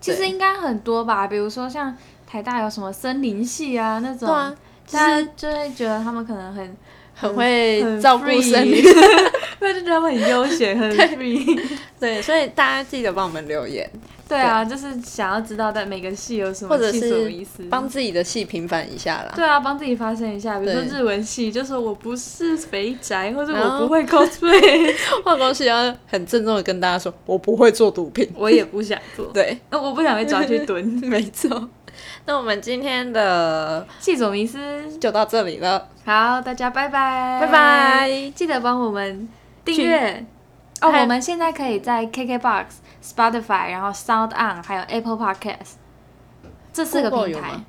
Speaker 2: 其实应该很多吧，比如说像台大有什么森林系啊那种，
Speaker 3: 对啊，
Speaker 2: 大家就会觉得他们可能很，
Speaker 3: 很会
Speaker 2: 很
Speaker 3: 照顾生
Speaker 2: free
Speaker 3: 理
Speaker 2: 对，就觉得他们很悠闲，很 free。
Speaker 3: 对，所以大家记得帮我们留言，
Speaker 2: 对啊，就是想要知道在每个系有什么
Speaker 3: 或者
Speaker 2: 系所
Speaker 3: 是
Speaker 2: 迷思，
Speaker 3: 帮自己的戏平反一下啦。
Speaker 2: 嗯对啊，帮自己发声一下，比如说
Speaker 3: 对
Speaker 2: 日文系，就说我不是肥宅，或者
Speaker 3: 然
Speaker 2: 我
Speaker 3: 后
Speaker 2: 不会 cosplay，
Speaker 3: 化妆师要很郑重的跟大家说，我不会做毒品。
Speaker 2: 我也不想做，
Speaker 3: 对，
Speaker 2: 呃 我不想被抓去 蹲。
Speaker 3: 没错。那我们今天的
Speaker 2: 系总迷思，
Speaker 3: 就到这里了，
Speaker 2: 好，大家拜拜，
Speaker 3: 拜拜。
Speaker 2: 记得帮我们订阅。哦，
Speaker 3: 还
Speaker 2: 我们现在可以在 KKBox、Spotify，然后 Sound On，还有 Apple Podcast 这四个
Speaker 3: Google
Speaker 2: 平
Speaker 3: 有
Speaker 2: 台
Speaker 3: 吗。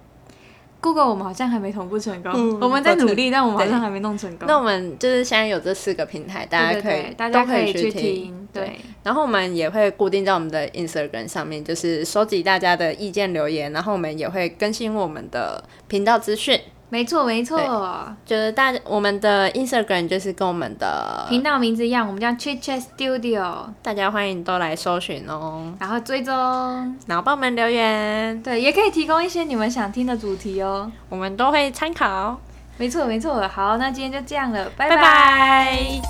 Speaker 2: Google 我们好像还没同步成功，
Speaker 3: 嗯
Speaker 2: 我们在
Speaker 3: 抱歉
Speaker 2: 努力，但我们好像
Speaker 3: 对
Speaker 2: 还没弄成功。
Speaker 3: 那我们就是现在有这四个平台，大家
Speaker 2: 对对
Speaker 3: 可以
Speaker 2: 对，大家
Speaker 3: 都可以
Speaker 2: 去
Speaker 3: 听。
Speaker 2: 听，对。
Speaker 3: 然后我们也会固定在我们的 Instagram 上面，就是收集大家的意见留言，然后我们也会更新我们的频道资讯。
Speaker 2: 没错没
Speaker 3: 对
Speaker 2: 错，
Speaker 3: 就是大家我们的 Instagram 就是跟我们的
Speaker 2: 频道名字一样，我们叫 Chit Chat Studio，
Speaker 3: 大家欢迎都来搜寻哦，
Speaker 2: 然后追踪，
Speaker 3: 然后帮我们留言，
Speaker 2: 对，也可以提供一些你们想听的主题哦。
Speaker 3: 我们都会参考。
Speaker 2: 没错没错，好，那今天就这样了，拜
Speaker 3: 拜
Speaker 2: 拜
Speaker 3: 拜。